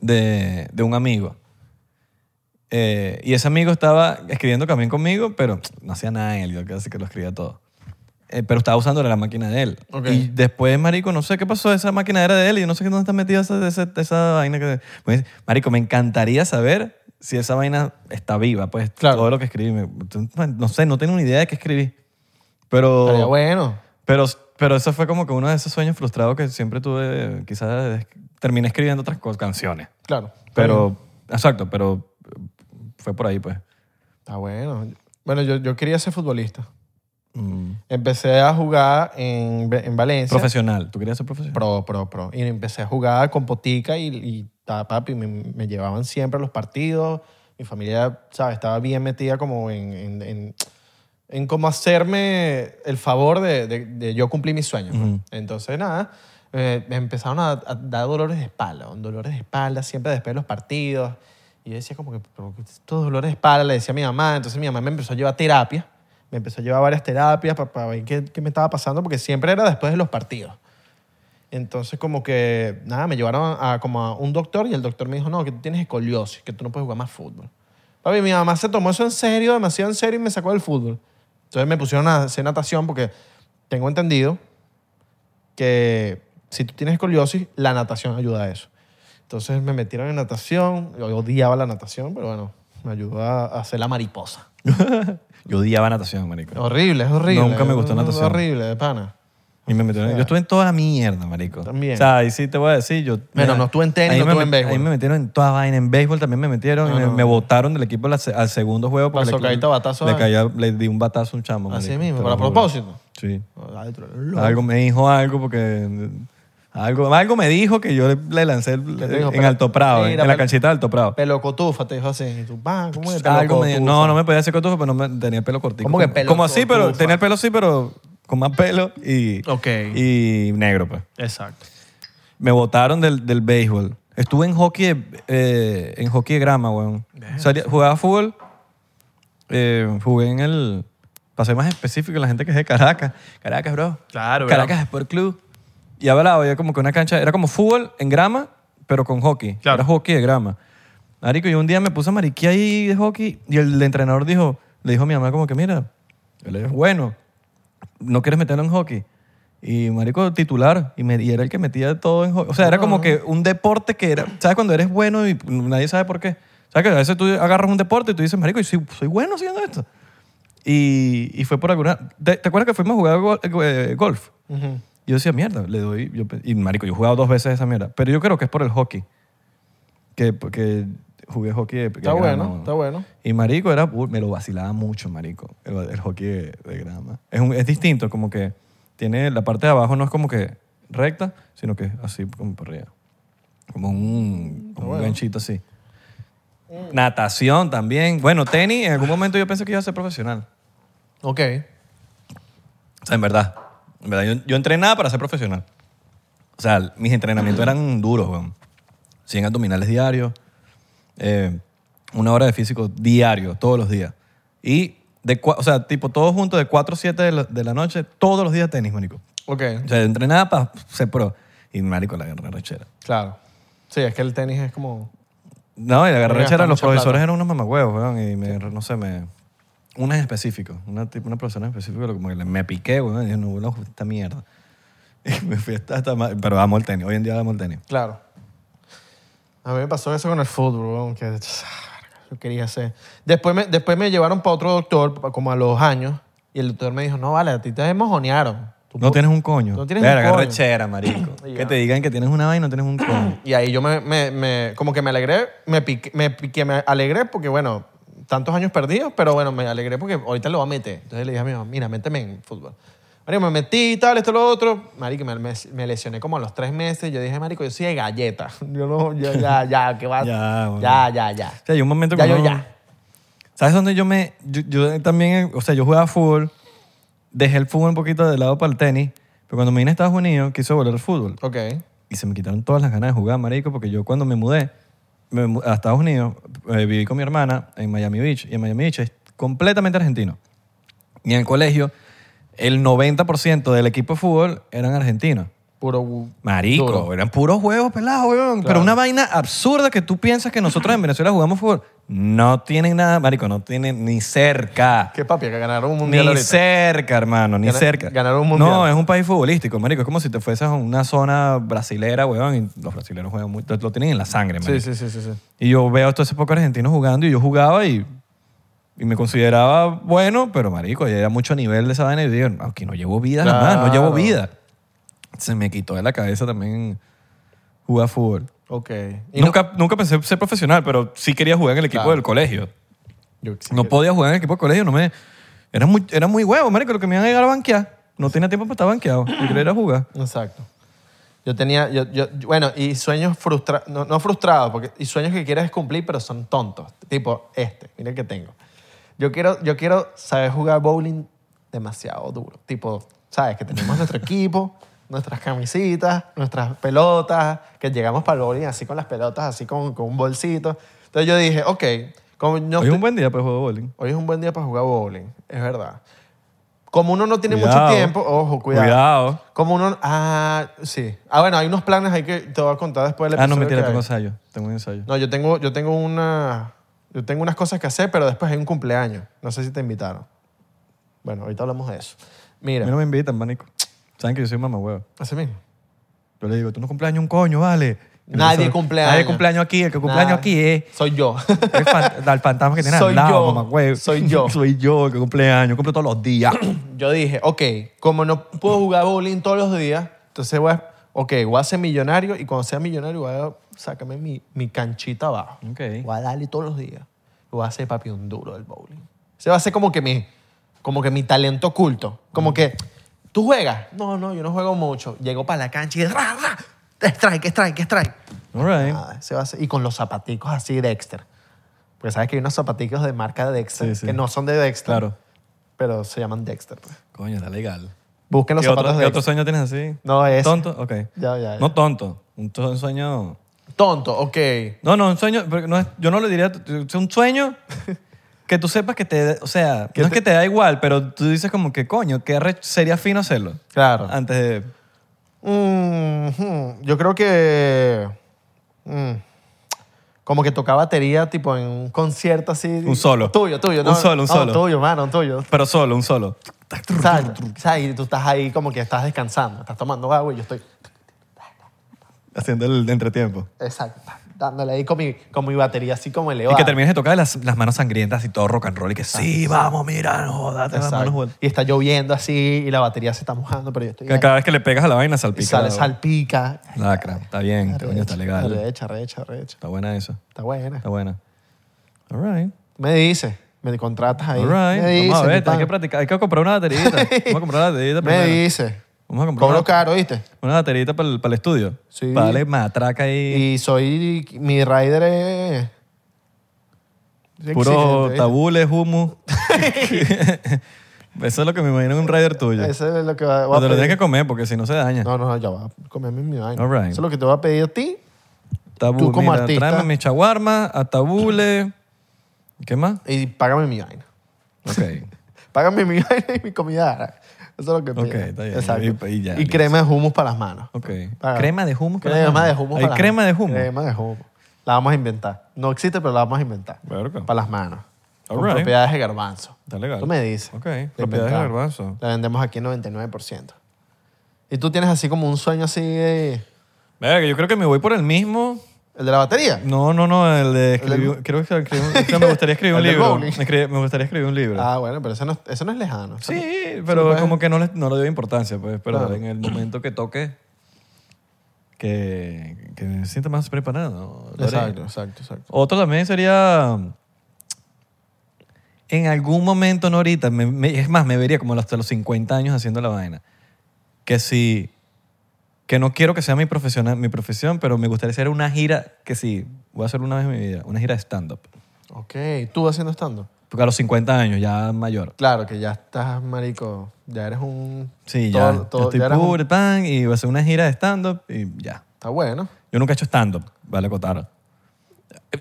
de, de un amigo. Eh, y ese amigo estaba escribiendo también conmigo, pero no hacía nada en él, así que lo escribía todo. Eh, pero estaba usando la máquina de él. Ok. Y después, marico, no sé qué pasó, esa máquina era de él y yo no sé dónde está metida esa, esa, esa vaina. Que, Me dice, marico, me encantaría saber si esa vaina está viva, pues Claro. todo lo que escribí. me- no sé, no tengo ni idea de qué escribí. Pero... Estaría bueno. Pero, pero eso fue como que uno de esos sueños frustrados que siempre tuve. Quizás es- terminé escribiendo otras co- canciones. Claro. Pero, exacto, pero fue por ahí, pues. Está bueno. Bueno, yo, yo quería ser futbolista. Mm. Empecé a jugar en, Ve- en Valencia. Profesional. ¿Tú querías ser profesional? Pro, pro, pro. Y empecé a jugar con Potica y, y ta, papi, me, me llevaban siempre a los partidos. Mi familia, ¿sabes? Estaba bien metida como en, en, en, en cómo hacerme el favor de, de- de yo cumplir mis sueños. ¿no? Ujú. Entonces, nada, eh, me empezaron a, a dar dolores de espalda, dolores de espalda, siempre después de los partidos. Y yo decía como que, pero ¿qué es estos dolores de espalda, le decía a mi mamá. Entonces mi mamá me empezó a llevar terapia, me empezó a llevar varias terapias para, ver qué, qué me estaba pasando, porque siempre era después de los partidos. Entonces como que, nada, me llevaron a, como a un doctor y el doctor me dijo, no, que tú tienes escoliosis, que tú no puedes jugar más fútbol. Papi, mi mamá se tomó eso en serio, demasiado en serio y me sacó del fútbol. Entonces me pusieron a hacer natación porque tengo entendido que si tú tienes escoliosis, la natación ayuda a eso. Entonces me metieron en natación, yo odiaba la natación, pero bueno, me ayudó a a hacer la mariposa. Yo odiaba natación, marico. Horrible, es horrible. Nunca me gustó Es natación. Horrible, de pana. Y me metieron- yo estuve en toda la mierda, marico. También. O sea, y sí te voy a decir, yo... Bueno, no estuve en tenis, ahí no me estuve en met- béisbol. Ahí me metieron en toda vaina. En béisbol también me metieron. No, y me, no. me botaron del equipo al, se- al segundo juego. porque La le- socadita batazo, Le, ¿eh? caía- le di un batazo a un chamo, Así marico, mismo, te pero a lo juro. propósito. Sí. Ay, tú eres loco. Algo me dijo algo porque... Algo, algo me dijo que yo le, le lancé el- te dijo? en Alto Prado, en- Mira, en la pero- canchita de Alto Prado. Pelocotufa, te dijo así. Y tú, pa, ¿cómo es? Algo me dijo, pelocotufa? no, no me podía hacer cotufa, pero no me- tenía el pelo cortito. ¿Cómo que pelo Como así, pero cotufa? tenía el pelo así, pero con más pelo y, Ok. y negro, pues. Exacto. Me botaron del, del béisbol. Estuve en hockey de, eh, en hockey de grama, weón. Salía- jugaba fútbol, eh, jugué en el... Para ser más específico, la gente que es de Caracas. Caracas, bro. Claro, bro. Caracas Sport Club. Y hablaba, había como que una cancha... Era como fútbol en grama, pero con hockey. Claro. Era hockey de grama. Marico, yo un día me puse a mariquía ahí de hockey y el entrenador dijo... Le dijo a mi mamá como que, mira, él es bueno no quieres meterlo en hockey. Y marico, titular. Y, me- y era el que metía todo en hockey. O sea, era como que un deporte que era... ¿Sabes cuando eres bueno y nadie sabe por qué? ¿Sabes que a veces tú agarras un deporte y tú dices, marico, yo soy, soy bueno haciendo esto? Y, y fue por alguna... ¿Te, te acuerdas que fuimos a jugar gol- eh, golf? Yo decía, mierda, le doy... yo pe- y marico, yo he jugado dos veces esa mierda. Pero yo creo que es por el hockey. Que, que jugué hockey... de- de Está grama, bueno, ¿no? está bueno. Y marico era, uh, me lo vacilaba mucho, marico, el, el hockey de, de grama. Es, un- es distinto, como que tiene la parte de abajo no es como que recta, sino que es así como para arriba. Como un, como un ganchito así. Natación también. Bueno, tenis, en algún momento yo pensé que iba a ser profesional. Ok. O sea, en verdad. En verdad, yo, yo entrenaba para ser profesional. O sea, mis entrenamientos eran duros, weón. 100 abdominales diarios, eh, una hora de físico diario, todos los días. Y, de, cua- o sea, tipo, todos juntos de 4 a 7 de la, de la noche, todos los días tenis, marico. Ok. O sea, yo entrenaba para ser pro. Y, marico, la guerra rechera. Claro. Sí, es que el tenis es como... No, y la guerra Porque rechera, gasta los mucha profesores plata. eran unos mamagüevos, weón. Y, me, no sé, me... Una en específico, una, tipo, una profesora en específico, como que le- me piqué, weón. Y dije, no, no, esta mierda. Y me fui hasta, hasta ma- Pero amo el tenis, hoy en día amo el tenis. Claro. A mí me pasó eso con el fútbol, weón, que ah, yo quería hacer. Después me, después me llevaron para otro doctor, pa- como a los años, y el doctor me dijo, no, vale, a ti te mojonearon. Tú No pu- tienes un coño. No tienes Verga, un coño. rechera, marico. Ya. que te digan que tienes una vaina y no tienes un coño. Y ahí yo me, me- me- como que me alegré, me piqué, me piqué, me alegré porque, bueno, tantos años perdidos, pero bueno, me alegré porque ahorita lo va a meter. Entonces le dije a mi mamá, mira, méteme en fútbol. Marico, me metí y tal, esto, lo otro. Marico, me, me- me lesioné como a los tres meses. Yo dije, marico, yo soy de galleta. Yo no, ya, ya, ya, que va. Ya, bueno. ya, ya, ya. O sea, hay un momento que Ya, yo uno- ya. ¿Sabes dónde yo me...? Yo, yo también, o sea, yo jugaba fútbol, dejé el fútbol un poquito de lado para el tenis, pero cuando me vine a Estados Unidos quise volver al fútbol. Ok. Y se me quitaron todas las ganas de jugar, marico, porque yo cuando me mudé me mu- a Estados Unidos, eh, viví con mi hermana en Miami Beach. Y en Miami Beach es completamente argentino. Y en el colegio, el 90% del equipo de fútbol eran argentinos. Puro. gu- Marico, duro. eran puros juegos pelados, weón. Pero una vaina absurda que tú piensas que nosotros en Venezuela jugamos fútbol. No tienen nada, marico, no tienen ni cerca. ¿Qué papi? Que ganaron un Ni mundial ahorita. cerca, hermano, ni Gana- cerca. ganaron un mundial. No, es un país futbolístico, marico. Es como si te fueses a una zona brasilera, weón. Y los brasileños juegan muy, lo tienen en la sangre, marico. Sí, sí, sí, sí, sí. Y yo veo a todos esos pocos argentinos jugando y yo jugaba y, y me consideraba bueno, pero marico, ya era mucho nivel de esa vaina y yo digo, aquí no llevo vida, jamás, no llevo Claro. vida. Se me quitó de la cabeza también jugar fútbol. Ok. Y no- Nunca, nunca pensé ser profesional, pero sí quería jugar en el equipo Claro. del colegio. yo sí no que- podía jugar en el equipo del colegio, no me... Era muy, era muy huevo, marico, lo que me iban a llegar a banquear. No tenía tiempo para estar banqueado. Yo quería ir a jugar. Exacto. Yo tenía, yo, yo, yo- bueno, y sueños frustrados, no, no frustrados, porque, y sueños que quieres cumplir, pero son tontos. Tipo este, mira el que tengo. Yo quiero, yo quiero saber jugar bowling demasiado duro. Tipo, ¿sabes? Que tenemos nuestro equipo, nuestras camisitas, nuestras pelotas, que llegamos para el bowling así con las pelotas, así con, con un bolsito. Entonces yo dije, ok, como no Hoy te- es un buen día para jugar bowling. hoy es un buen día para jugar bowling, es verdad. Como uno no tiene Cuidado. mucho tiempo, ojo, cuidado. Cuidado. Como uno, ah, sí. Ah, bueno, hay unos planes ahí que te voy a contar después del Ah, no, episodio mentira, que tengo hay. ensayo. Tengo un ensayo. No, yo tengo, yo tengo una. Yo tengo unas cosas que hacer, pero después hay un cumpleaños. No sé si te invitaron. Bueno, ahorita hablamos de eso. A Mira, mí no me invitan, manico. Saben que yo soy mamá huevo. así mismo. Yo le digo, tú no cumpleaños un coño, vale. Y Nadie yo, cumpleaños. Nadie cumpleaños aquí. El que cumpleaños Nada. aquí es Soy yo. el, fan- el fantasma que tiene Soy al lado, yo. mamá huevo. Soy yo. Soy yo el que cumpleaños. Cumplo todos los días. yo dije, ok, como no puedo jugar bowling todos los días, entonces voy a, ok, voy a ser millonario y cuando sea millonario voy a sacarme mi, mi canchita abajo. Ok. Voy a darle todos los días. Voy a hacer papi un duro del bowling. Se va a hacer como que mi, como que mi talento oculto. Como que, ¿tú juegas? No, no, yo no juego mucho. Llego para la cancha y ra, ra, strike, strike, strike. All right. Nada, se va a hacer- y con los zapaticos así Dexter. Porque sabes que hay unos zapaticos de marca de Dexter Sí, sí. que no son de Dexter, Claro. pero se llaman Dexter. pues. Coño, está legal. Busquen los ¿Qué otro, zapatos qué de otro sueño tienes así? No, ese. ¿Tonto? Ok. Ya, ya, ya. No tonto. Un, to- un sueño... Tonto, ok. No, no, un sueño... pero no es- yo no lo diría... t- t- Un sueño que tú sepas que te... O sea, no es que te da igual, pero tú dices como que, coño, que arrecho- sería fino hacerlo. Claro. Antes de... Mhm. Yo creo que. mm, Como que toca batería, tipo en un concierto así. Un solo. Tuyo, tuyo. Un no, solo, un no, solo. tuyo, mano, un tuyo. Pero solo, un solo. ¿Sabes? ¿Sabes? Y tú estás ahí como que estás descansando, estás tomando agua y yo estoy. Haciendo el entretiempo. Exacto. Dándole ahí con mi, con mi batería así como Y elevada. que termines de tocar las, las manos sangrientas y todo rock and roll y que sí, vamos, mira, no jodas, las Exacto. manos vueltas. Y está lloviendo así y la batería se está mojando, pero yo estoy. Que ahí. Cada vez que le pegas a la vaina Y salpica. sale, la- salpica. Lacra, está bien, te- coño, está legal. Recha, recha, recha. Está buena eso, Está buena. está buena. All right. Me dice, me contratas ahí. All right. Me dice, Vamos a mi ver, pan. hay que practicar, hay que comprar una baterita. Vamos a comprar una baterita Me primero. dice. Vamos a comprar Cobro una, caro, ¿viste? una baterita para el, para el estudio. Sí. Para darle matraca ahí. Y soy, mi rider es... es puro exigente, ¿viste? tabules, humo. eso es lo que me imagino en un rider tuyo. Eso es lo que va, Pero te voy a lo pedir. tienes que comer porque si no se daña. No, no, ya va. Comeme mi vaina. All right. Eso es lo que te voy a pedir a ti. Tabu, Tú como mira, artista- Tráeme mi chaguarma, atabule. ¿Qué más? Y págame mi vaina. Ok. Págame mi vaina y mi comida árabe. Eso es lo que pido. Ok, está bien. Exacto. Y- y ya, listo. crema de humos para las manos. Ok. Págame. Crema de humo. para Crema la- de humo. Hay para las crema de manos. humo. Crema de humo. La vamos a inventar. No existe, pero la vamos a inventar. Verga. Para las manos. All con right. propiedades de garbanzo. Está legal. Tú me dices. Ok, La propiedades de inventamos. garbanzo. La vendemos aquí en 99%. Y tú tienes así como un sueño así de- Verga, yo creo que me voy por el mismo. ¿El de la batería? No, no, no, el de escribir. Creo que escribí un- o sea, me gustaría escribir un El del libro. bowling. Escri- me gustaría escribir un libro. Ah, bueno, pero eso no, eso no es lejano. Eso no- sí, sí, pero pues. como que no le, no le doy importancia, pues. Pero Claro. en el momento que toque, que, que me sienta más preparado. lo haré. Exacto, exacto, exacto. Otro también sería. En algún momento, no ahorita, me- me- es más, me vería como hasta los 50 años haciendo la vaina. Que si. Que no quiero que sea mi, profesiona- mi profesión, pero me gustaría hacer una gira que sí, voy a hacer una vez en mi vida, una gira de stand-up. Ok, ¿tú haciendo estando? Porque a los 50 años, ya mayor. Claro, que ya estás, marico, ya eres un... Sí, todo- ya, ya todo- estoy eres un- pobre, pan, y voy a hacer una gira de stand-up y ya. Está bueno. Yo nunca he hecho stand-up, vale acotar.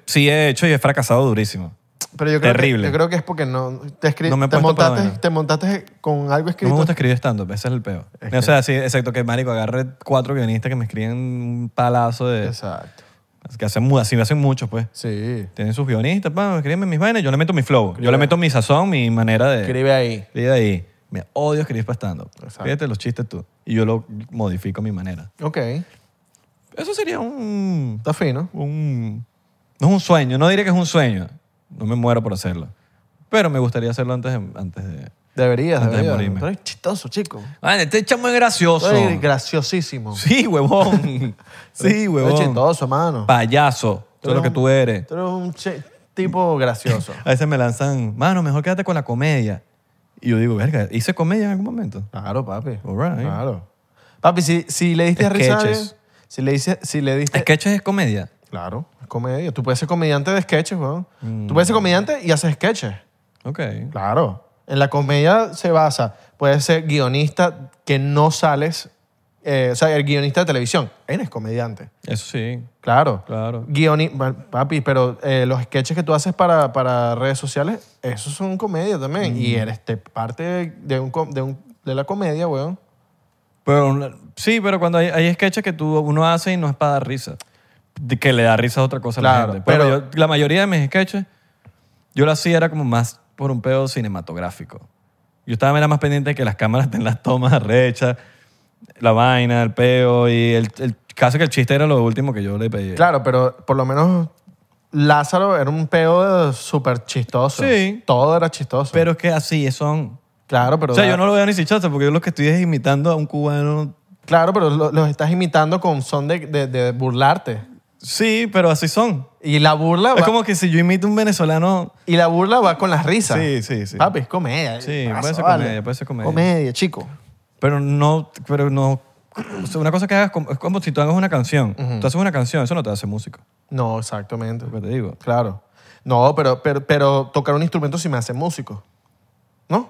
Sí he hecho y he fracasado durísimo. Pero yo creo, Terrible. Que, yo creo que es porque no te, escri- No me he te, puesto para la montaste, vaina. te montaste con algo No escrito. me gusta escribir stand-up, ese es el peor. o sea, sí, excepto que, marico, agarre cuatro guionistas que me escriben un palazo de... Exacto. Que hacen, mu- así hacen muchos, pues. Sí. Tienen sus guionistas, pa, escríbeme mis vainas, yo le meto mi flow. Yo le meto mi sazón, mi manera de... Escribe ahí. Escribe ahí. Me odio escribir para stand-up. Exacto. Escríbete los chistes tú. Y yo lo modifico a mi manera. Ok. Eso sería un... Está fino. un no es un sueño, no diría que es un sueño. No me muero por hacerlo. Pero me gustaría hacerlo antes de... Antes de... Deberías, Antes de deberías. morirme. Tú eres chistoso, chico. Ay, este chamo es gracioso. Tú eres graciosísimo. Sí, huevón. Sí, Tú eres huevón. chistoso, mano. Payaso. Todo lo que tú eres. Tú eres un chi- tipo gracioso. A veces me lanzan, mano, mejor quédate con la comedia. Y yo digo, verga, hice comedia en algún momento. claro, papi. All right. Claro. Papi, si, si le diste risa a alguien, Sketches. si le, dice, si le diste... Sketches es comedia. Mm. Claro, es comedia. Tú puedes ser comediante de sketches, weón. Tú puedes ser comediante y haces sketches. Ok. Claro. En la comedia se basa, puede ser guionista que no sales, eh, o sea, el guionista de televisión. Él es comediante. Eso sí. Claro. Claro. Guioni- bueno, papi, pero eh, los sketches que tú haces para, para redes sociales, esos son comedia también. Y Mm. eres te- parte de, un, com- de, un- de la comedia, weón. Pero, una- sí, pero cuando hay, hay sketches que tú, uno hace y no es para dar risa. De Que le da risa a otra cosa a la Claro, gente. Pero, pero- yo- la mayoría de mis sketches, yo lo hacía era como más por un pedo cinematográfico. Yo estaba era más pendiente de que las cámaras ten las tomas arrechas, la vaina, el peo y el, el caso que el chiste era lo último que yo le pedí. Claro, pero por lo menos Lázaro era un peo súper chistoso. Sí. Todo era chistoso. Pero es que así son. claro, pero. o sea, yo no lo veo ni chistoso porque yo lo que estoy es imitando a un cubano. Claro, pero lo- los estás imitando con son de, de- de burlarte. Sí, pero así son. Y la burla Es Ah, va, como que si yo imito a un venezolano y la burla va con las risas. Sí, sí, sí. Papi, es comedia. Sí, Paso, puede ser vale. comedia, puede ser comedia. Comedia, chico. Pero no, pero no. o sea, una cosa que hagas como- es como si tú hagas una canción. Tú haces una canción, eso no te hace músico. No, exactamente. Lo que te digo. Claro. No, pero, pero, pero tocar un instrumento sí me hace músico. ¿No?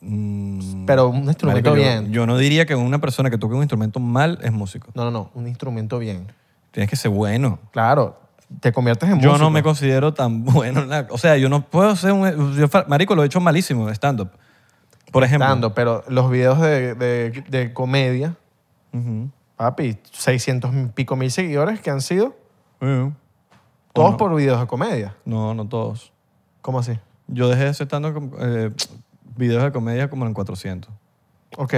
pero un instrumento Mm, Marico, yo- bien. Yo, no diría que una persona que toque un instrumento mal es músico. No, no, no. Un instrumento bien. Tienes que ser bueno. Claro. Te conviertes en músico. Yo no me considero tan bueno. en la- o sea, yo no puedo ser un. yo fa- marico, lo he hecho malísimo de stand-up. Por ejemplo. Dando, pero los videos de, de- de comedia, Ujú. papi, 600 y pico mil seguidores que han sido Eh, todos no. por videos de comedia. No, no todos. ¿Cómo así? Yo dejé de hacer stand-up com- eh, videos de comedia como en 400. Ok,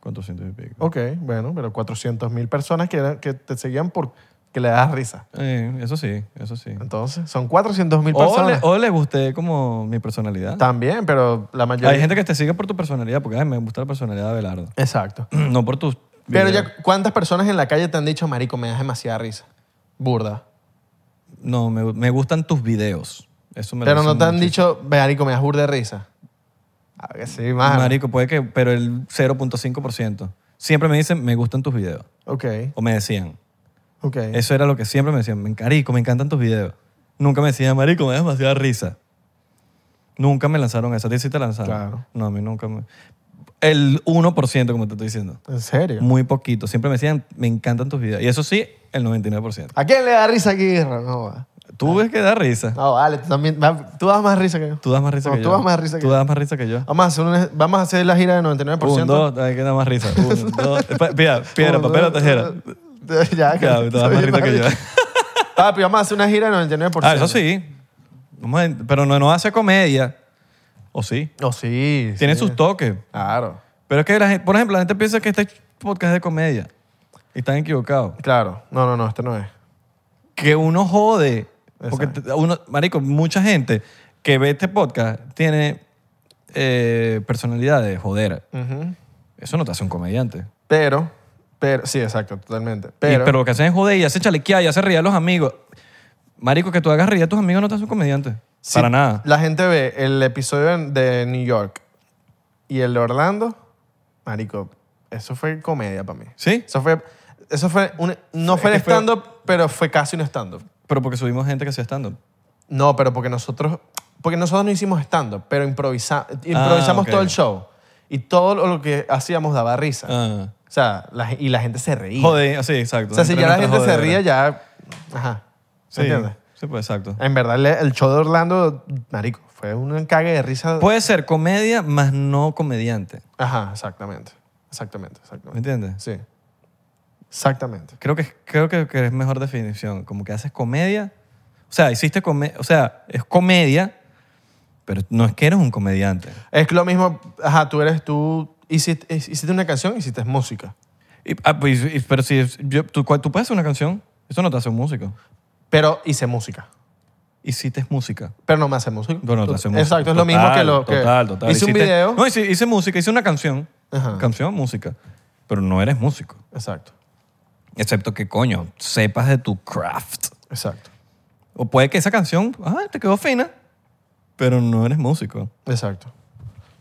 400 y pico. ok, bueno, pero 400 mil personas que, eran- que te seguían porque le das risa. Eh, eso sí, eso sí. Entonces, son 400 mil O le, personas. o le gusté como mi personalidad. También, pero la mayoría... Hay gente que te sigue por tu personalidad, porque ay, me gusta la personalidad de Belardo. Exacto. no por tus. Pero videos. ya, ¿cuántas personas en la calle te han dicho, marico, me das demasiada risa? Burda. No, me, me gustan tus videos. Eso me lo Pero no dicen te han mucho. dicho, marico, me das burda de risa. A ver, sí, mano. Marico, puede que. Pero el 0.5%. Siempre me dicen, me gustan tus videos. Ok, O me decían. ok. Eso era lo que siempre me decían. "Me- Marico, me encantan tus videos. Nunca me decían, Marico, me da demasiada risa. Nunca me lanzaron esa. ¿A ti sí te lanzaron? Claro. No, a mí nunca me. El 1%, como te estoy diciendo. ¿En serio? Muy poquito. Siempre me decían, me encantan tus videos. Y eso sí, el 99%. ¿A quién le da risa aquí? No, va. Tú ves que da risa. no vale, tú también. va- Tú das más risa que yo. Tú das más risa No, que tú yo. das más risa que Tú yo. Ah, das más risa que yo. Vamos a, hacer un- vamos a hacer la gira del 99%. Un, dos, hay que dar más risa. Un, dos. eh, Pa- Mira, piedra, Uno, papel o dos, tijera. dos, Ya, Ya, tú das más risa que yo. Papi, vamos a hacer una gira del 99%. Ah, eso sí. Vamos a- pero no, no hace comedia. ¿O sí? No, Oh, sí. Tiene sí. sus toques. Claro, Pero es que, la gente, por ejemplo, la gente piensa que este podcast es de comedia. Y están equivocados. claro. No, no, no, este no es. que uno jode. Porque te- uno, marico, mucha gente que ve este podcast tiene eh, personalidad de joder. Ujú. Eso no te hace un comediante. Pero, pero, sí, exacto, totalmente. Y- Pero, Pero, lo que hacen es joder y hace chalequear y hace reír a los amigos. Marico, que tú hagas reír a tus amigos no te hace un comediante. si Para nada. La gente ve el episodio en- de New York y el de Orlando. Marico, eso fue comedia para mí. ¿Sí? Eso fue, eso fue un- no fue que el fue- stand-up, pero fue casi un stand-up. Pero porque subimos gente que hacía stand-up. No, pero porque nosotros, porque nosotros no hicimos stand-up, pero improvisa- improvisamos Ah, ok. todo el show. Y todo lo que hacíamos daba risa. Ah. O sea, la ge- y la gente se reía. Joder, así, exacto. o sea, si Entre ya la nuestras gente se ría, joderas. ya... Ah. Ajá. ¿Se Sí, entiende? sí, pues exacto. En verdad, le- el show de Orlando, marico, fue un encague de risa. Puede ser comedia, más no comediante. Ajá, exactamente. Exactamente, ¿Me exactamente. entiendes? Sí. Exactamente. Creo que, creo que, que es mejor definición. Como que haces comedia. O sea, hiciste comedia. O sea, es comedia, pero no es que eres un comediante. Es lo mismo, ajá, tú eres, tú hiciste, hiciste una canción, hiciste música. Y- ah, pues, y- pero si es- yo- tú, tú puedes hacer una canción, eso no te hace un músico. Pero hice música. Hiciste música. Pero no me hace músico. No, no te hace música. Exacto, es lo mismo Total, que lo que. Total, total. Hice un Hiciste- video. No, hice, hice música, hice una canción. Ajá. Canción, música. Pero no eres músico. Exacto, Excepto que, coño, sepas de tu craft. exacto, O puede que esa canción, ah, te quedó fina, pero no eres músico. exacto.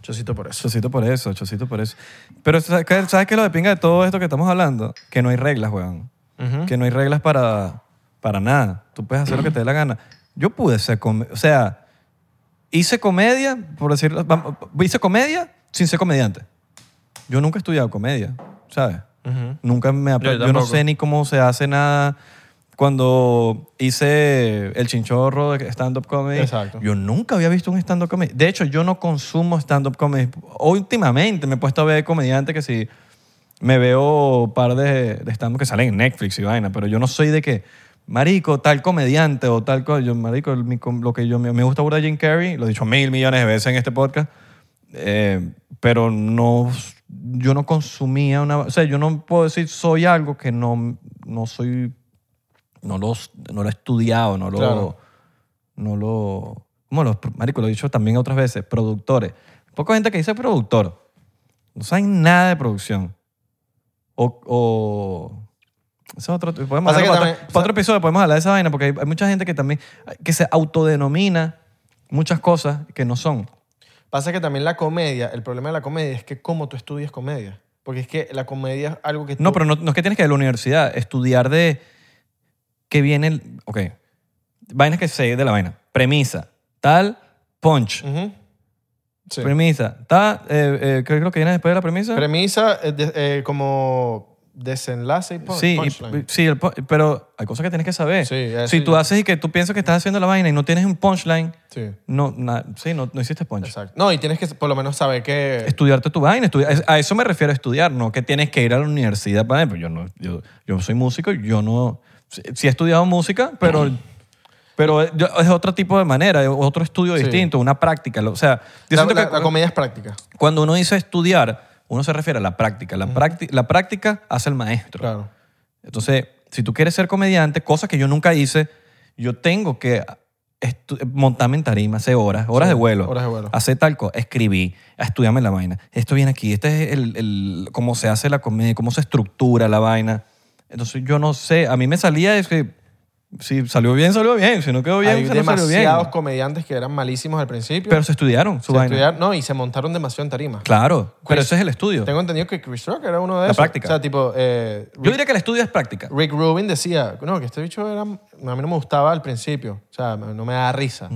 Chocito por eso. Chocito por eso, chocito por eso. Pero ¿sabes qué ¿sabes qué es lo de pinga de todo esto que estamos hablando? Que no hay reglas, weón. Que no hay reglas para, para nada. Tú puedes hacer lo que te dé la gana. Yo pude ser... come- O sea, hice comedia, por decirlo, vam- hice comedia sin ser comediante. Yo nunca he estudiado comedia, ¿sabes? Nunca me Yo aprendí. Yo, no tampoco. sé ni cómo se hace nada. Cuando hice el chinchorro de stand-up comedy, Exacto. yo nunca había visto un stand-up comedy. De hecho, yo no consumo stand-up comedy. Últimamente me he puesto a ver comediantes que si me veo par de, de stand-up que salen en Netflix y vaina, pero yo no soy de que, marico, tal comediante o tal cosa. Yo, marico, el- mi com- lo que yo me me gusta burda de Jim Carrey, lo he dicho mil millones de veces en este podcast, eh, pero no, yo no consumía una, o sea, yo no puedo decir soy algo que no, no soy, no lo, no lo he estudiado, no lo, Claro. no lo, como los, marico, lo he dicho también otras veces, productores. Poca gente que dice productor. No saben nada de producción. O. o ese es otro. Podemos Pasa hablar que para, también- otro, para otro episodio podemos hablar de esa vaina porque hay, hay mucha gente que también. que se autodenomina muchas cosas que no son. Pasa que también la comedia, el problema de la comedia es que cómo tú estudias comedia. Porque es que la comedia es algo que tú... No, pero no, no es que tienes que ir a la universidad. Estudiar de. que viene. el- Ok. Vainas que se de la vaina. Premisa. Tal. Punch. Ujú. Mm, Sí. Premisa. Tal. Eh, eh, ¿Qué es lo que viene después de la premisa? Premisa eh, de- eh, como desenlace y pun- Sí, y- punchline. sí el pun- pero hay cosas que tienes que saber. Sí, eso si tú yo- haces y que tú piensas que estás haciendo la vaina y no tienes un punchline, Sí, no, na- sí, no, no hiciste punch. exacto. No, y tienes que por lo menos saber que... Estudiarte tu vaina. estudia- es- a eso me refiero a estudiar, no que tienes que ir a la universidad para... Pero yo, no, yo, yo soy músico, yo no... Sí, sí he estudiado música, pero... Pero yo- es otro tipo de manera, es otro estudio Sí. distinto, una práctica. lo- O sea, yo La, siento la- que la comedia es práctica. cuando uno dice estudiar, uno se refiere a la práctica. La, prácti- la práctica hace el maestro. Claro. Entonces, si tú quieres ser comediante, cosa que yo nunca hice, yo tengo que estu- montarme en tarima, hacer horas, horas Sí, de vuelo. horas de vuelo. Hacer tal cosa, escribí, estudiarme la vaina. Esto viene aquí, este es el, el- cómo se hace la comedia, cómo se estructura la vaina. Entonces, yo no sé, a mí me salía es que si salió bien, salió bien, si no quedó bien, Hay se no salió bien. demasiados comediantes que eran malísimos al principio. Pero se estudiaron su se vaina. estudiaron- no, y se montaron demasiado en tarima. Claro, pero Chris- eso es el estudio. Tengo entendido que Chris Rock era uno de La esos. práctica. O sea, tipo, eh, Yo Rick, diría que el estudio es práctica. Rick Rubin decía, no, que este bicho era, a mí no me gustaba al principio. O sea, me- no me da risa.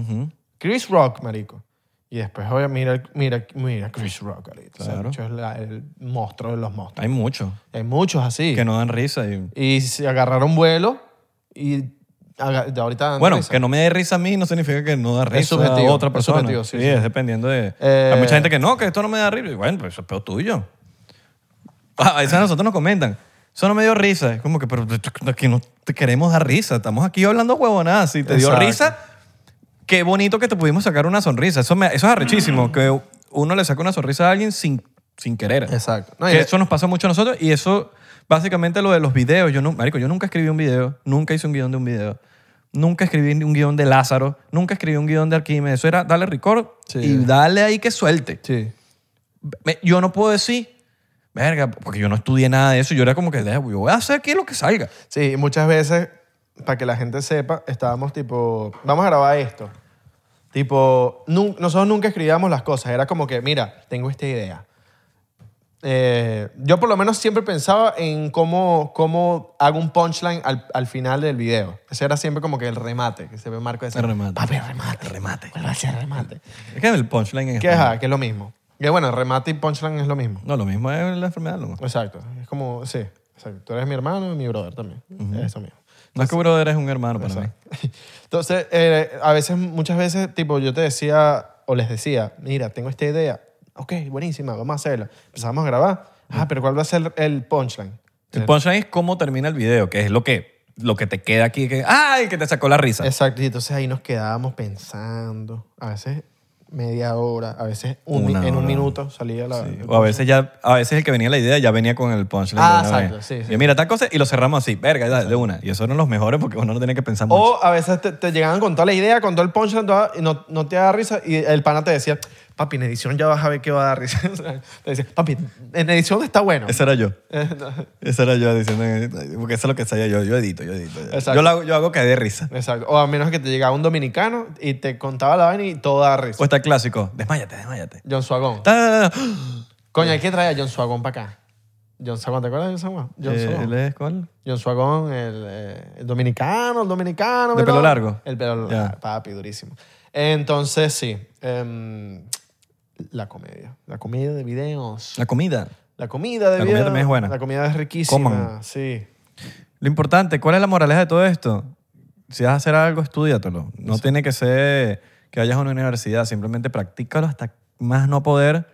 Chris Rock, marico. Y después, oye, mira, mira, mira Chris Rock ahorita. O sea, el Claro. bicho es la- el monstruo de los monstruos. Hay muchos Hay muchos así. que no dan risa y... Y se agarraron vuelo y aga- de ahorita dan Bueno, risa. que no me dé risa a mí no significa que no da risa subjetivo, a otra es persona. subjetivo, sí, sí, sí. es dependiendo de... Eh, hay mucha gente que no, que esto no me da risa. Y Bueno, pues eso es peor tuyo. Ah, A veces a nosotros nos comentan. Eso no me dio risa. Es como que, pero aquí no te queremos dar risa. Estamos aquí hablando huevonadas. Si te Exacto. dio risa, qué bonito que te pudimos sacar una sonrisa. Eso, me- eso es Mm. arrechísimo, que uno le saca una sonrisa a alguien sin, sin querer. Exacto. No, y- Que eso nos pasa mucho a nosotros y eso, básicamente lo de los videos. Yo, no, marico, yo nunca escribí un video, nunca hice un guión de un video, nunca escribí un guión de Lázaro, nunca escribí un guión de Arquímedes. Eso era dale record Sí. y dale ahí que suelte. Sí. Me- yo no puedo decir, verga, porque yo no estudié nada de eso. Yo era como que, "Deja, yo voy a hacer aquí lo que salga. Sí, y muchas veces, para que la gente sepa, estábamos tipo, vamos a grabar esto. Tipo, nun- nosotros nunca escribíamos las cosas. Era como que, mira, tengo esta idea. Eh, yo por lo menos siempre pensaba en cómo, cómo hago un punchline al, al final del video. Ese era siempre como que el remate, que se ve Marco decir, El remate. papi, remate, Remate. gracias, remate. Es que el punchline en Que, español. ajá, que es lo mismo. Que bueno, remate y punchline es lo mismo. No, lo mismo es la enfermedad. No, Exacto. Es como, sí. exacto. Tú eres mi hermano y mi brother también. Eso mismo. no es que brother es un hermano para mí. Exacto. Entonces, eh, a veces, muchas veces, tipo, yo te decía o les decía, mira, tengo esta idea. Ok, buenísima, vamos a hacerla. Empezamos a grabar. Ah, pero ¿cuál va a ser el punchline? El punchline es cómo termina el video, que es lo que, lo que te queda aquí. Que, ¡Ay, que te sacó la risa! Exacto. Y entonces ahí nos quedábamos pensando. A veces media hora, a veces un mi- Una en un hora. minuto salía la... Sí, O a veces ya, a veces el que venía la idea ya venía con el punchline. Ah, de una exacto, vez. sí, sí. Y mira tal cosa y lo cerramos así, verga, ya, de una. Y esos eran los mejores porque uno no tenía que pensar mucho. O a veces te, te llegaban con toda la idea, con todo el punchline, toda- y no, no te da risa. Y el pana te decía, papi, en edición ya vas a ver qué va a dar risa. O sea, te decía, papi, en edición está bueno. Ese era yo. Eh, no. Ese era yo diciendo, porque eso es lo que sabía yo. Yo edito, yo edito. Exacto. Yo, lo hago, yo hago que dé risa. Exacto. O a menos que te llegaba un dominicano y te contaba la vaina y todo da O risa. Pues está el clásico, desmayate, desmayate. John Suagón. Ta- Coño, hay que traer a John Suagón para acá. John Suagón, ¿te acuerdas de John Suagón? John Eh, Suagón. ¿él es cuál? John Suagón, el, eh, el dominicano, el dominicano. ¿De ¿verdad? pelo largo? El pelo Ya. largo, papi, durísimo. Entonces, sí. em, la comedia. La comedia de videos. La, La comida. comida de La videos. comida también es buena. La comida es riquísima. Coman. Sí. Lo importante, ¿cuál es la moraleja de todo esto? Si vas a hacer algo, estudiatelo. No tiene que ser que vayas a una universidad, simplemente practícalo hasta más no poder,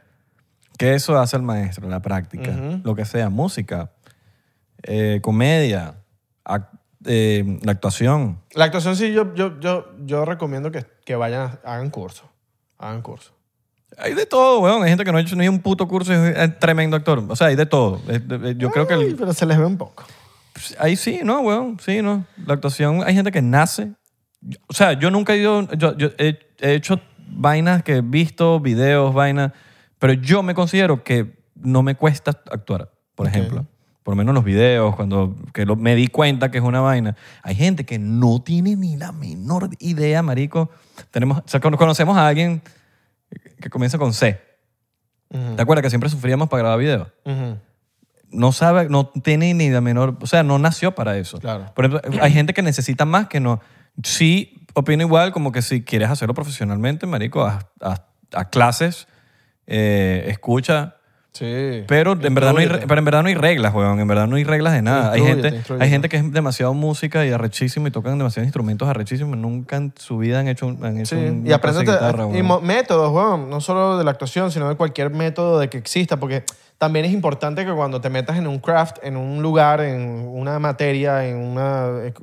que eso hace el maestro, la práctica. Ujú. Lo que sea, música, eh, comedia, ac- eh, la actuación. La actuación sí, yo, yo, yo, yo recomiendo que, que vayan, a- hagan curso. Hagan curso. Hay de todo, weón. Hay gente que no ha hecho ni un puto curso y es eh, tremendo actor. O sea, hay de todo. Es- de- de- Yo creo que... el- Ay, pero se les ve un poco. Pues, Ahí sí, no, weón. Sí, no. La actuación, hay gente que nace. Yo- O sea, yo nunca he ido. Yo, yo he, he hecho vainas que he visto, videos, vainas. Pero yo me considero que no me cuesta actuar, por ejemplo. Por lo menos los videos, cuando que lo- me di cuenta que es una vaina. Hay gente que no tiene ni la menor idea, marico. Tenemos, o sea, cono- conocemos a alguien que comienza con C. Ujú, ¿Te acuerdas que siempre sufríamos para grabar videos? ujú. no sabe, no tiene ni la menor, o sea, no nació para eso. Claro. Por ejemplo, hay gente que necesita más que no. Sí, opino igual, como que si quieres hacerlo profesionalmente, marico, haz, haz- haz clases, eh, escucha, Sí. pero en, verdad no hay, re- Instrúyete. pero en verdad no hay reglas, weón, en verdad no hay reglas de nada. Hay Instrúyete, gente, instrúyete. hay gente que es demasiado música y arrechísima y tocan demasiados instrumentos arrechísimos, nunca en su vida han hecho, un- han hecho Sí, un- y una clase de aprendete guitarra, y weón. mo- métodos, weón, no solo de la actuación, sino de cualquier método de que exista, porque también es importante que cuando te metas en un craft, en un lugar, en una materia, en una eh,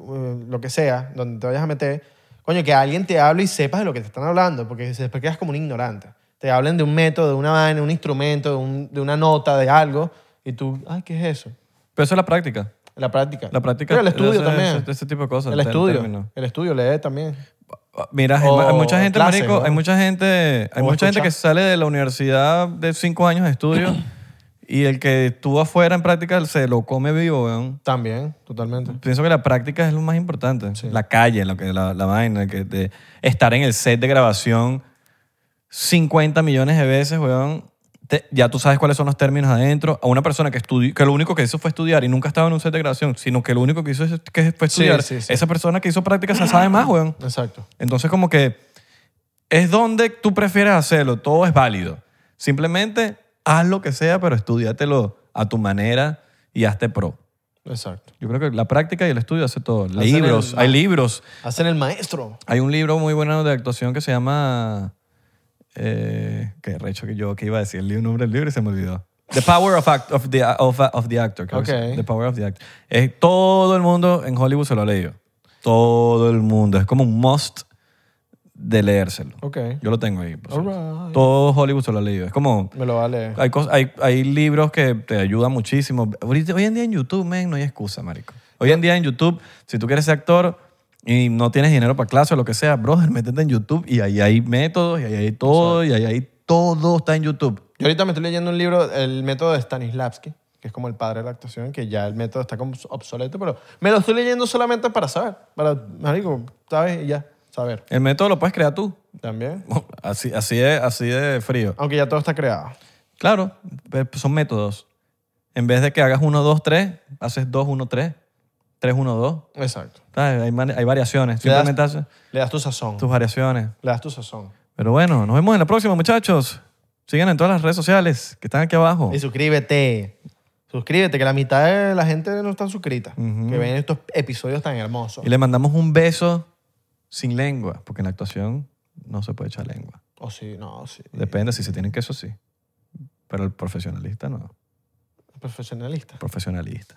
lo que sea, donde te vayas a meter, coño, que alguien te hable y sepas de lo que te están hablando, porque después quedas como un ignorante. Te hablan de un método, de una vaina, de un instrumento, de, un- de una nota, de algo, y tú, ay, ¿qué es eso? Pero eso es la práctica. La práctica. La práctica. Pero el estudio ese- también. ese- ese tipo de cosas. el te- estudio. término. El estudio, lee también. Mira, hay O ma- hay mucha gente, clases, marico, ¿no? hay mucha gente, hay O mucha gente escuchar. que sale de la universidad de cinco años de estudio y el que estuvo afuera en práctica se lo come vivo, weón. También, totalmente. Pienso que la práctica es lo más importante. La calle, lo que, la, la vaina, que de estar en el set de grabación 50 millones de veces, weón. Te- ya tú sabes cuáles son los términos adentro. A una persona que estudió, que lo único que hizo fue estudiar y nunca estaba en un set de grabación, sino que lo único que hizo es- que fue Sí, estudiar. sí, sí. Esa persona que hizo práctica se sabe más, weón. Exacto. Entonces, como que es donde tú prefieres hacerlo, todo es válido. Simplemente haz lo que sea, pero estudiátelo a tu manera y hazte pro. Exacto. Yo creo que la práctica y el estudio hace todo. Hacer el- libros, hay libros. Hacen el maestro. Hay un libro muy bueno de actuación que se llama. Eh, qué recho que yo que iba a decir el li- nombre del libro y se me olvidó. The Power of, Act- of, the, of, of the Actor. creo que Ok. es. The Power of the Actor. Eh, todo el mundo en Hollywood se lo ha leído. Todo el mundo. Es como un must de leérselo. Ok. Yo lo tengo ahí. por cierto. Alright. Todo Hollywood se lo ha leído. Es como. Me lo vale. Hay, cos- hay, hay libros que te ayudan muchísimo. Ahorita- Hoy en día en YouTube, man, no hay excusa, marico. Hoy en día en YouTube, si tú quieres ser actor y no tienes dinero para clase o lo que sea, brother, métete en YouTube y ahí hay métodos, y ahí hay todo, y ahí hay todo está en YouTube. Yo ahorita me estoy leyendo un libro, el método de Stanislavski, que es como el padre de la actuación, que ya el método está como obsoleto, pero me lo estoy leyendo solamente para saber, para, marico, ¿sabes? Y ya, saber El método lo puedes crear tú. también. Así, así, de, así de frío. Aunque ya todo está creado. Claro, pe- son métodos. En vez de que hagas 1, 2, 3, haces 2, 1, 3, 3, 1, 2. Exacto. ¿Sabes? Hay, mane- hay variaciones. Le das- Simplemente haces Le das tu sazón. tus variaciones. Le das tu sazón. Pero bueno, nos vemos en la próxima, muchachos. Sigan en todas las redes sociales que están aquí abajo. Y suscríbete. Suscríbete, que la mitad de la gente no está suscrita. Que ven estos episodios tan hermosos. Mm. Y le mandamos un beso sin lengua, porque en la actuación no se puede echar lengua. O sí, no, sí. Depende, si se tienen queso, sí. Pero el profesionalista no. Profesionalista. Profesionalista.